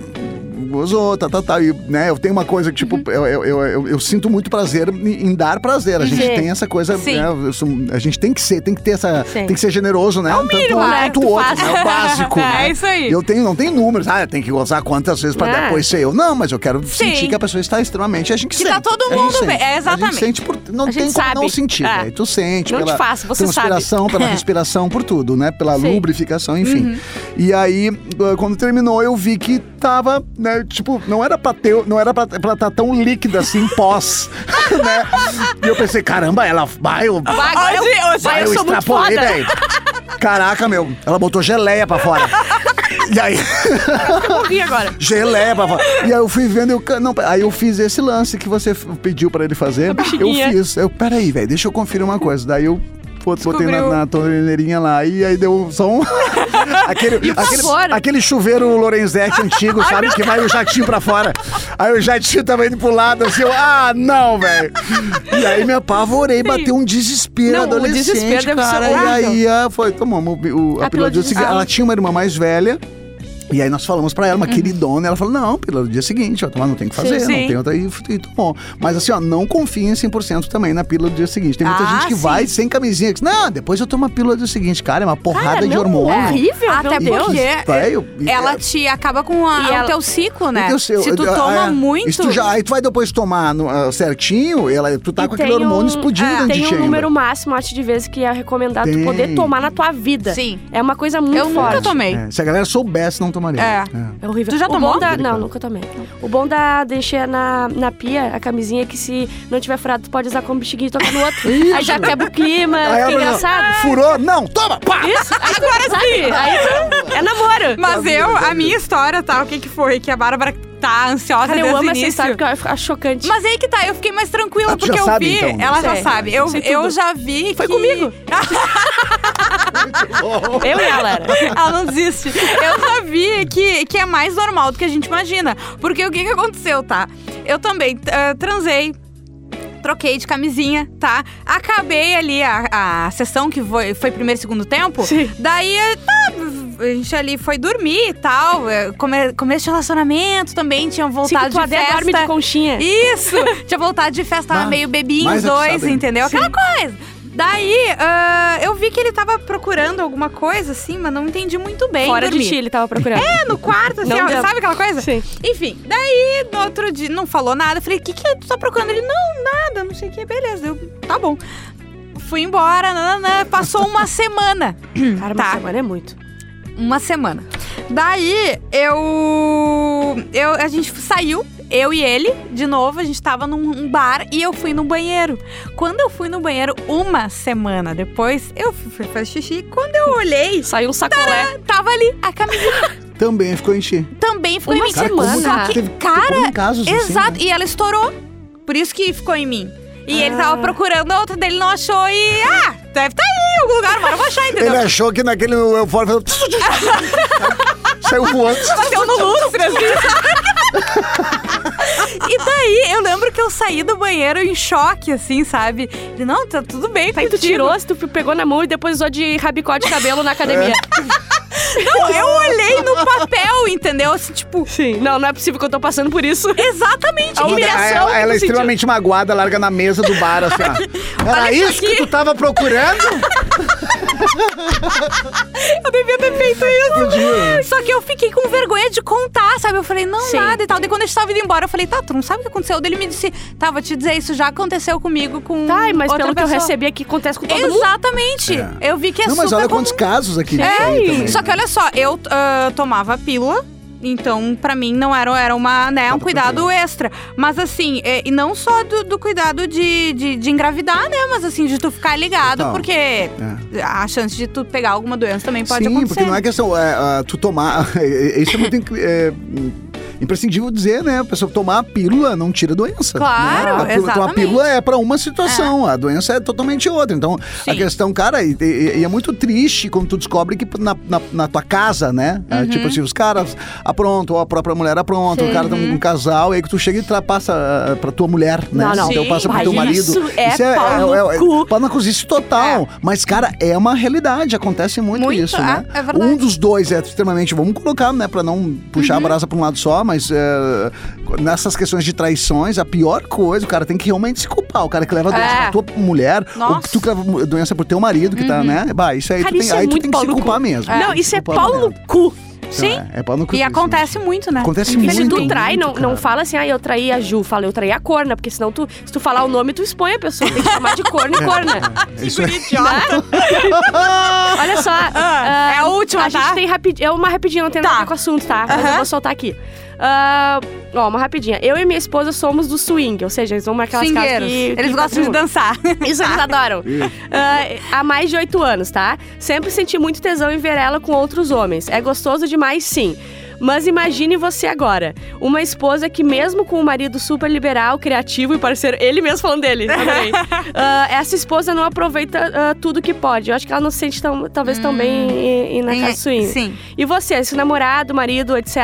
Speaker 6: gozou, tá, tá, tá. E, né, eu tenho uma coisa que,
Speaker 4: Uhum.
Speaker 6: tipo, eu, eu, eu, eu- eu sinto muito prazer em em dar prazer. A gente
Speaker 5: Sim.
Speaker 6: tem essa coisa,
Speaker 4: Sim.
Speaker 6: né, eu sou- a gente tem que ser, tem que ter essa,
Speaker 5: Sim.
Speaker 6: tem que ser generoso, né? É o
Speaker 4: mínimo, né, que
Speaker 6: quanto o
Speaker 4: tu
Speaker 6: outro,
Speaker 4: faz.
Speaker 6: né? O básico,
Speaker 4: É,
Speaker 6: né?
Speaker 4: isso aí. É.
Speaker 6: Eu tenho, não tem números, ah, tem que gozar quantas vezes pra
Speaker 5: Ah.
Speaker 6: depois ser eu. Não, mas eu quero
Speaker 4: Sim.
Speaker 6: sentir que a pessoa está extremamente, a gente
Speaker 4: Que
Speaker 6: sente.
Speaker 4: tá todo
Speaker 6: a gente
Speaker 4: mundo
Speaker 6: sente.
Speaker 4: bem, é,
Speaker 6: A
Speaker 4: exatamente.
Speaker 6: gente sente por, não
Speaker 5: A
Speaker 6: tem
Speaker 5: gente
Speaker 6: como não
Speaker 5: sabe.
Speaker 6: sentir,
Speaker 5: É.
Speaker 6: velho. Tu sente
Speaker 5: Não te
Speaker 6: pela
Speaker 5: faço, você sabe.
Speaker 6: transpiração, pela respiração, por tudo, né? Pela
Speaker 5: É. Sim. Uhum.
Speaker 6: lubrificação, enfim. E aí, uh, quando terminou, eu vi que tava, né, tipo, não era pra ter, não era pra estar tão líquida assim, pós, né? E eu pensei, caramba, ela vai, eu,
Speaker 5: Vai, agora
Speaker 4: Hoje-
Speaker 5: eu,
Speaker 4: hoje
Speaker 5: vai, eu
Speaker 6: eu
Speaker 5: sou muito foda.
Speaker 6: extrapolei, velho. Caraca, meu, ela botou geleia pra fora. E aí,
Speaker 5: Eu morri agora.
Speaker 6: geleia pra fora. E aí eu fui vendo, eu, ca- não, aí eu fiz esse lance que você f- pediu pra ele fazer. Eu
Speaker 5: bexiguinha.
Speaker 6: fiz. Eu, peraí, velho, deixa eu conferir uma coisa. Daí eu pô- botei na,
Speaker 4: Descobriu.
Speaker 6: na torneirinha lá e aí deu só um. aquele, aquele,
Speaker 5: favor.
Speaker 6: aquele chuveiro Lorenzetti antigo, sabe? Que vai o jatinho pra fora. Aí o jatinho tava indo pro lado, assim, eu, ah, não, velho. E aí me apavorei, bateu um desespero
Speaker 5: Não, o
Speaker 6: adolescente,
Speaker 5: desespero deve ser
Speaker 6: cara. e
Speaker 5: horrível.
Speaker 6: aí ah, foi, tomamos o, o, a
Speaker 5: A
Speaker 6: pílula
Speaker 5: pílula
Speaker 6: do dia
Speaker 5: de-
Speaker 6: seguinte.
Speaker 5: ah.
Speaker 6: Ela tinha uma irmã mais velha. E aí nós falamos pra ela, uma queridona, ela falou, não, pelo dia seguinte, ó, tomar não tem o que fazer,
Speaker 4: Sim,
Speaker 6: não
Speaker 4: sim.
Speaker 6: tem outra, e, f- e tomou. Mas assim, ó, não confia em 100% também na pílula do dia seguinte. Tem muita
Speaker 4: Ah,
Speaker 6: gente que
Speaker 4: sim.
Speaker 6: vai sem camisinha, que diz, não, depois eu tomo a pílula do dia seguinte. Cara, é uma porrada de
Speaker 5: não,
Speaker 6: hormônio. Ah, tá
Speaker 5: é horrível,
Speaker 4: Até
Speaker 5: meu Deus.
Speaker 4: porque
Speaker 6: Velho, e- é,
Speaker 4: ela te acaba com a-
Speaker 5: E
Speaker 4: o
Speaker 5: ela-
Speaker 4: teu ciclo, né?
Speaker 6: E o seu-
Speaker 4: Se tu
Speaker 6: ah,
Speaker 4: toma
Speaker 6: é.
Speaker 4: muito.
Speaker 6: E se tu já, aí tu vai depois tomar no- ah, certinho, ela, tu tá
Speaker 5: E
Speaker 6: com aquele
Speaker 5: tem
Speaker 6: hormônio
Speaker 5: um-
Speaker 6: explodindo dentro de
Speaker 5: Tem
Speaker 6: ti
Speaker 5: um
Speaker 6: ainda.
Speaker 5: número máximo, acho, de vezes que é recomendado
Speaker 6: Tem.
Speaker 5: tu poder tomar na tua vida.
Speaker 4: Sim.
Speaker 5: É uma coisa muito
Speaker 4: Eu
Speaker 5: forte.
Speaker 4: nunca tomei.
Speaker 6: É, se a galera soubesse, não tomaria.
Speaker 4: É.
Speaker 5: É horrível.
Speaker 4: Tu já
Speaker 5: O
Speaker 4: tomou?
Speaker 5: bom da-
Speaker 6: Delicado.
Speaker 5: Não, nunca tomei. O bom da deixar na, na pia a camisinha é que se não tiver furado, tu pode usar como bexiguinha e tocar no outro. Aí já quebra o clima,
Speaker 6: Aí
Speaker 5: fica
Speaker 6: ela-
Speaker 5: engraçado.
Speaker 6: Furou? Não, toma! Pá!
Speaker 5: Isso, Ah, agora sim! Aí tu- é namoro.
Speaker 4: Mas eu, a minha história, tá? O que, que foi? Que a Bárbara tá ansiosa
Speaker 5: Cara,
Speaker 4: desde
Speaker 5: eu
Speaker 4: o
Speaker 5: amo essa
Speaker 4: início.
Speaker 5: história porque eu acho chocante.
Speaker 4: Mas aí que tá, eu fiquei mais tranquila
Speaker 6: Ah, tu já
Speaker 4: porque eu
Speaker 6: sabe,
Speaker 4: vi.
Speaker 6: então, né?
Speaker 4: Ela já
Speaker 5: Sei.
Speaker 4: sabe. Eu,
Speaker 5: Sei tudo.
Speaker 4: eu já vi.
Speaker 5: Foi
Speaker 4: que-
Speaker 5: comigo. Eu e ela. era.
Speaker 4: Ela não desiste. Eu já vi que, que é mais normal do que a gente imagina. Porque o que, que aconteceu, tá? Eu também eh, transei. Troquei de camisinha, tá? Acabei ali a, a sessão que foi, foi primeiro e segundo tempo.
Speaker 5: Sim.
Speaker 4: Daí eh, tá, a gente ali foi dormir e tal. eh, Come, começo de relacionamento também, tinham
Speaker 5: Sim,
Speaker 4: voltado
Speaker 5: que tu
Speaker 4: de
Speaker 5: até
Speaker 4: festa.
Speaker 5: dorme de conchinha.
Speaker 4: Isso! Tinha voltado de festa, tava
Speaker 6: Bah,
Speaker 4: meio bebinho os
Speaker 6: mais
Speaker 4: dois,
Speaker 6: atiçado ainda.
Speaker 4: entendeu? Aquela coisa. Daí, ah, eu vi que ele tava procurando alguma coisa, assim, mas não entendi muito bem.
Speaker 5: Fora de
Speaker 4: Dormi.
Speaker 5: ti, ele tava procurando.
Speaker 4: É, no quarto, assim,
Speaker 5: Não
Speaker 4: ó,
Speaker 5: deu.
Speaker 4: sabe aquela coisa?
Speaker 5: Sim.
Speaker 4: Enfim, daí no outro dia não falou nada. Eu Falei, o que, que tu tá procurando? Ele, não, nada, não sei o que, beleza. Eu, tá bom. Fui embora, nananã, passou uma semana.
Speaker 5: Cara, uma
Speaker 4: Tá.
Speaker 5: semana é muito.
Speaker 4: Uma semana. Daí eu, eu. A gente saiu, eu e ele, de novo, a gente tava num um bar e eu fui no banheiro. Quando eu fui no banheiro, uma semana depois, eu fui fui fazer xixi. Quando eu olhei,
Speaker 5: Saiu um sacolé.
Speaker 4: tava ali. A camisa
Speaker 6: Também ficou enchi.
Speaker 4: também ficou
Speaker 5: Uma
Speaker 4: em mim.
Speaker 5: Cara,
Speaker 6: como
Speaker 5: semana.
Speaker 4: Só que,
Speaker 6: teve-
Speaker 4: cara,
Speaker 6: como em casos assim,
Speaker 4: exato.
Speaker 6: né?
Speaker 4: E ela estourou. Por isso que ficou em mim. E ele
Speaker 5: Ah.
Speaker 4: tava procurando a outra dele, não achou e. Ah, deve tá aí em algum lugar, mas não vou achar, entendeu?
Speaker 6: Ele achou que naquele eufórico um saiu voando.
Speaker 4: bateu no lustre, assim. E daí, eu lembro que eu saí do banheiro em choque, assim, sabe? Ele, não, tá tudo bem
Speaker 5: Aí tu
Speaker 4: contigo.
Speaker 5: tirou, se tu pegou na mão e depois usou de rabicó de cabelo na academia.
Speaker 4: Não, eu olhei no papel, entendeu? Assim, tipo,
Speaker 5: né? Sim. Não, não é possível que eu tô passando por isso.
Speaker 4: exatamente.
Speaker 5: A
Speaker 4: que-
Speaker 5: humilhação
Speaker 6: Aí
Speaker 5: que tu
Speaker 6: ela, ela é
Speaker 5: sentiu.
Speaker 6: extremamente magoada, larga na mesa do bar, assim, ó. Era
Speaker 4: Olha isso
Speaker 6: isso que
Speaker 4: aqui.
Speaker 6: tu tava procurando?
Speaker 4: Eu devia ter feito
Speaker 6: Podia.
Speaker 4: isso. Só que eu fiquei com vergonha de contar, sabe? Eu falei, não,
Speaker 5: Sim.
Speaker 4: nada e tal. Daí quando a gente tava indo embora, eu falei, tá, tu não sabe o que aconteceu? Daí ele me disse, tá, vou te dizer, isso já aconteceu comigo com
Speaker 5: Tá, mas
Speaker 4: outra
Speaker 5: pelo que eu
Speaker 4: pessoa.
Speaker 5: recebi aqui, acontece com todo mundo.
Speaker 4: Exatamente.
Speaker 6: É.
Speaker 4: Eu vi que é
Speaker 6: Não, mas
Speaker 4: super
Speaker 6: olha
Speaker 4: comum.
Speaker 6: quantos casos aqui. disso aí
Speaker 5: É,
Speaker 6: também.
Speaker 4: Só que olha só, eu ah, tomava pílula. Então, pra mim, não era, era uma, né, um cuidado extra. Mas assim, é, e não só do, do cuidado de, de, de engravidar, né? Mas assim, de tu ficar ligado,
Speaker 6: Total. É.
Speaker 4: porque a chance de tu pegar alguma doença também pode
Speaker 6: Sim,
Speaker 4: acontecer.
Speaker 6: porque não é questão. é, é, tu tomar. Isso é muito inc- é, imprescindível dizer, né? A pessoa tomar a pílula não tira a doença.
Speaker 4: Claro,
Speaker 6: né? a pílula, tomar
Speaker 4: exatamente.
Speaker 6: pílula é pra uma situação, a doença é totalmente outra. Então, a
Speaker 4: Sim.
Speaker 6: questão, cara, e, e- e é muito triste quando tu descobre que na, na- na tua casa, né? É, tipo assim, os caras aprontam, ou a própria mulher apronta, o cara tá um casal, e aí que tu chega e tra- passa ah, pra tua mulher, né?
Speaker 5: Não, não.
Speaker 6: Então
Speaker 4: Sim.
Speaker 6: passa pro
Speaker 5: Ai,
Speaker 6: teu marido.
Speaker 5: isso é pau no cu.
Speaker 6: Pau na cozinha, isso total. Mas, cara, é uma realidade, acontece muito,
Speaker 4: Muito,
Speaker 6: isso, né?
Speaker 4: é, é verdade.
Speaker 6: Um dos dois é extremamente, vamos colocar, né, pra não puxar a brasa pra um lado só, mas é, nessas questões de traições, a pior coisa, o cara tem que realmente se culpar. O cara que leva a doença
Speaker 4: É.
Speaker 6: pra tua mulher, ou
Speaker 4: Nossa.
Speaker 6: tu que leva doença pro teu marido, que tá, né? Bah, isso aí
Speaker 5: Cara,
Speaker 6: tu tem,
Speaker 5: isso é
Speaker 6: aí tu
Speaker 5: muito
Speaker 6: tem que se
Speaker 5: pau no cu.
Speaker 6: culpar mesmo.
Speaker 5: Não, isso é
Speaker 6: Culpar a
Speaker 5: pau
Speaker 6: mulher.
Speaker 5: no cu.
Speaker 6: Então,
Speaker 4: Sim.
Speaker 6: É, é pau no cu.
Speaker 4: E
Speaker 6: isso,
Speaker 4: acontece muito, né?
Speaker 6: Acontece
Speaker 5: E se
Speaker 6: muito.
Speaker 5: tu trai, não,
Speaker 6: muito,
Speaker 5: não
Speaker 6: cara.
Speaker 5: fala assim, ah, eu traí a Ju, fala, eu traí a corna, porque senão tu, se tu falar o nome, tu expõe a pessoa, tem que chamar de corno e corna. Né?
Speaker 6: É isso aí.
Speaker 5: Olha só. ah,
Speaker 4: é a última,
Speaker 5: a
Speaker 4: tá?
Speaker 5: gente tem rapidinho. É uma rapidinha, não tem
Speaker 4: Tá.
Speaker 5: nada a ver com o assunto, tá? Mas eu
Speaker 4: Aham.
Speaker 5: vou soltar aqui. Ah, ó, uma rapidinha. Eu e minha esposa somos do swing, ou seja, eles vão marcar aquelas casas
Speaker 4: Swingueiros.
Speaker 5: que, que
Speaker 4: Eles gostam de
Speaker 5: todo mundo-
Speaker 4: dançar.
Speaker 5: Isso eles adoram. Ah, há mais de oito anos, tá? Sempre senti muito tesão em ver ela com outros homens. É gostoso demais, sim. Mas imagine você agora, uma esposa que mesmo com um marido super liberal, criativo e parceiro, ele mesmo falando dele, adorei. Ah, essa esposa não aproveita ah, tudo que pode. Eu acho que ela não se sente tão, talvez tão bem Hum. em- em- na casa swing.
Speaker 4: É, Sim.
Speaker 5: E você, se o namorado, marido, etc.,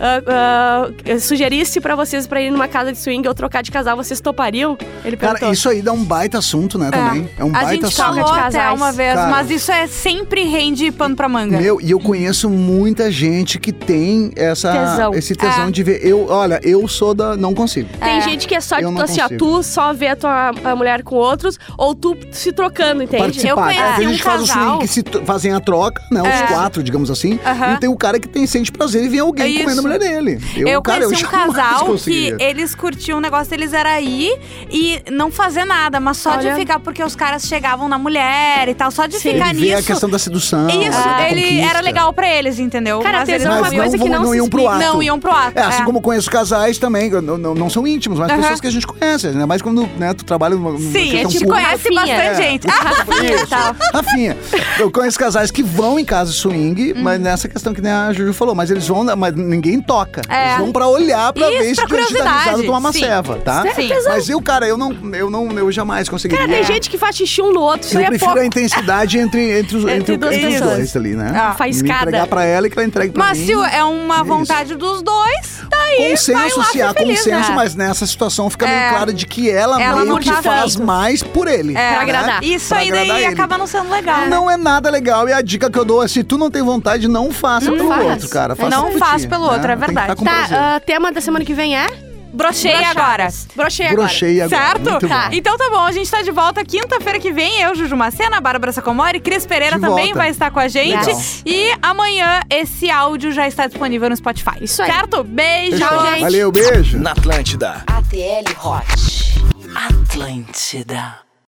Speaker 5: ah, ah, sugerisse pra vocês pra ir numa casa de swing ou trocar de casal, vocês topariam? Ele perguntou.
Speaker 6: Cara, isso aí dá um baita assunto, né, também. É um
Speaker 4: A
Speaker 6: baita
Speaker 4: gente
Speaker 6: assunto.
Speaker 4: falou
Speaker 5: de
Speaker 4: até
Speaker 5: casais.
Speaker 4: uma vez,
Speaker 6: Cara.
Speaker 4: mas isso é sempre rende pano pra manga.
Speaker 6: Meu, e eu conheço muita gente que tem essa,
Speaker 5: Tesão.
Speaker 6: esse tesão
Speaker 4: É.
Speaker 6: de ver. Eu, olha, eu sou da. Não consigo.
Speaker 5: Tem
Speaker 4: É.
Speaker 5: gente que é só,
Speaker 6: Eu
Speaker 5: tipo
Speaker 6: não
Speaker 5: assim, ó,
Speaker 6: consigo.
Speaker 5: tu só vê a tua a mulher com outros, ou tu se trocando, entende?
Speaker 4: eu
Speaker 6: Participar.
Speaker 4: conheci
Speaker 6: Tem
Speaker 4: um
Speaker 6: gente que faz o
Speaker 4: casal- É.
Speaker 6: swing, que se t- fazem a troca, né? Os quatro, digamos assim.
Speaker 4: Aham.
Speaker 6: E tem o cara que tem sente prazer em ver alguém
Speaker 4: É
Speaker 6: comendo
Speaker 4: isso.
Speaker 6: a mulher dele.
Speaker 4: Eu,
Speaker 6: cara,
Speaker 4: conheci um
Speaker 6: jamais
Speaker 4: casal que
Speaker 6: conseguiria.
Speaker 4: eles curtiam o negócio deles era ir e não fazer nada, mas só
Speaker 5: Olha.
Speaker 4: de ficar porque os caras chegavam na mulher e tal, só de
Speaker 5: Sim.
Speaker 4: ficar
Speaker 6: Ele vê a
Speaker 4: nisso.
Speaker 6: questão da sedução.
Speaker 4: Isso,
Speaker 6: da
Speaker 4: ele
Speaker 6: conquista.
Speaker 4: era legal pra eles, entendeu?
Speaker 5: Cara,
Speaker 4: mas eles
Speaker 5: tesão é
Speaker 4: não,
Speaker 5: uma
Speaker 6: Mas
Speaker 5: coisa
Speaker 6: não
Speaker 5: que
Speaker 6: vão-
Speaker 5: não,
Speaker 6: não
Speaker 5: se
Speaker 6: iam pro
Speaker 5: explica.
Speaker 6: ato.
Speaker 4: não iam pro ato.
Speaker 6: É, assim
Speaker 4: é.
Speaker 6: como eu conheço casais também, que não, não, não são íntimos, mas
Speaker 4: Aham.
Speaker 6: pessoas que a gente conhece, ainda mais quando né, tu trabalha numa. numa
Speaker 4: Sim, é tipo a
Speaker 6: questão
Speaker 4: gente
Speaker 6: pública.
Speaker 4: conhece
Speaker 5: Rafinha.
Speaker 4: bastante
Speaker 6: É.
Speaker 4: gente. Ah, tá.
Speaker 6: Rafinha, eu conheço casais que vão em casa swing,
Speaker 4: Hum.
Speaker 6: mas nessa questão que nem a Juju falou, mas eles vão, mas ninguém toca.
Speaker 4: É.
Speaker 6: Eles vão pra olhar pra
Speaker 4: Isso, pra
Speaker 6: ver se diante da
Speaker 4: curiosidade,
Speaker 6: risada toma uma
Speaker 4: sim.
Speaker 6: ceva, tá?
Speaker 4: Sim.
Speaker 6: Mas eu, cara, eu não, eu não, eu jamais conseguiria.
Speaker 5: Cara, tem gente que faz xixi um no outro, isso
Speaker 6: É. eu
Speaker 5: aí é
Speaker 6: prefiro
Speaker 5: pouco.
Speaker 6: a intensidade entre, entre, os,
Speaker 5: Entre
Speaker 6: entre,
Speaker 5: duas
Speaker 6: entre os
Speaker 5: pessoas.
Speaker 6: dois ali, né?
Speaker 4: Ah.
Speaker 6: Me
Speaker 5: Faiscada.
Speaker 6: entregar pra ela e que ela entregue pra
Speaker 4: Mas
Speaker 6: mim.
Speaker 4: se é uma vontade dos dois, daí vai
Speaker 6: consenso,
Speaker 4: lá
Speaker 6: se
Speaker 4: ser
Speaker 6: há
Speaker 4: feliz,
Speaker 6: consenso,
Speaker 4: né?
Speaker 6: mas nessa situação fica
Speaker 4: É.
Speaker 6: meio claro de que ela,
Speaker 4: Ela
Speaker 6: meio
Speaker 4: não
Speaker 6: que
Speaker 4: tá
Speaker 6: faz
Speaker 4: afim.
Speaker 6: mais por ele. né?
Speaker 4: É.
Speaker 5: Pra agradar.
Speaker 4: Isso
Speaker 6: Pra
Speaker 4: aí daí
Speaker 6: agradar ele.
Speaker 4: acaba não sendo legal. né?
Speaker 6: Não é nada legal. E a dica que eu dou é: se tu não tem vontade, não faça pelo
Speaker 5: faz.
Speaker 6: outro, cara. Faça
Speaker 4: Não
Speaker 6: por
Speaker 4: faz
Speaker 6: ti,
Speaker 4: pelo
Speaker 6: né?
Speaker 4: outro, é
Speaker 6: Tem que tá
Speaker 4: verdade.
Speaker 6: com
Speaker 5: Tá,
Speaker 6: prazer.
Speaker 5: ah, tema da semana que vem é?
Speaker 4: Brochei agora.
Speaker 5: Brochei agora.
Speaker 6: Brochei agora.
Speaker 4: Certo?
Speaker 6: Muito
Speaker 4: Tá.
Speaker 6: bom.
Speaker 4: Então tá bom, a gente tá de volta quinta-feira que vem. Eu, Juju Macena, Bárbara Sacomori, Cris Pereira
Speaker 6: De
Speaker 4: também
Speaker 6: volta.
Speaker 4: vai estar com a gente.
Speaker 6: Legal.
Speaker 4: E amanhã esse áudio já está disponível no Spotify.
Speaker 5: Isso aí.
Speaker 4: Certo? Beijo!
Speaker 5: Tchau, gente.
Speaker 6: Valeu, beijo.
Speaker 1: Na Atlântida.
Speaker 2: ATL Hot.
Speaker 3: Atlântida.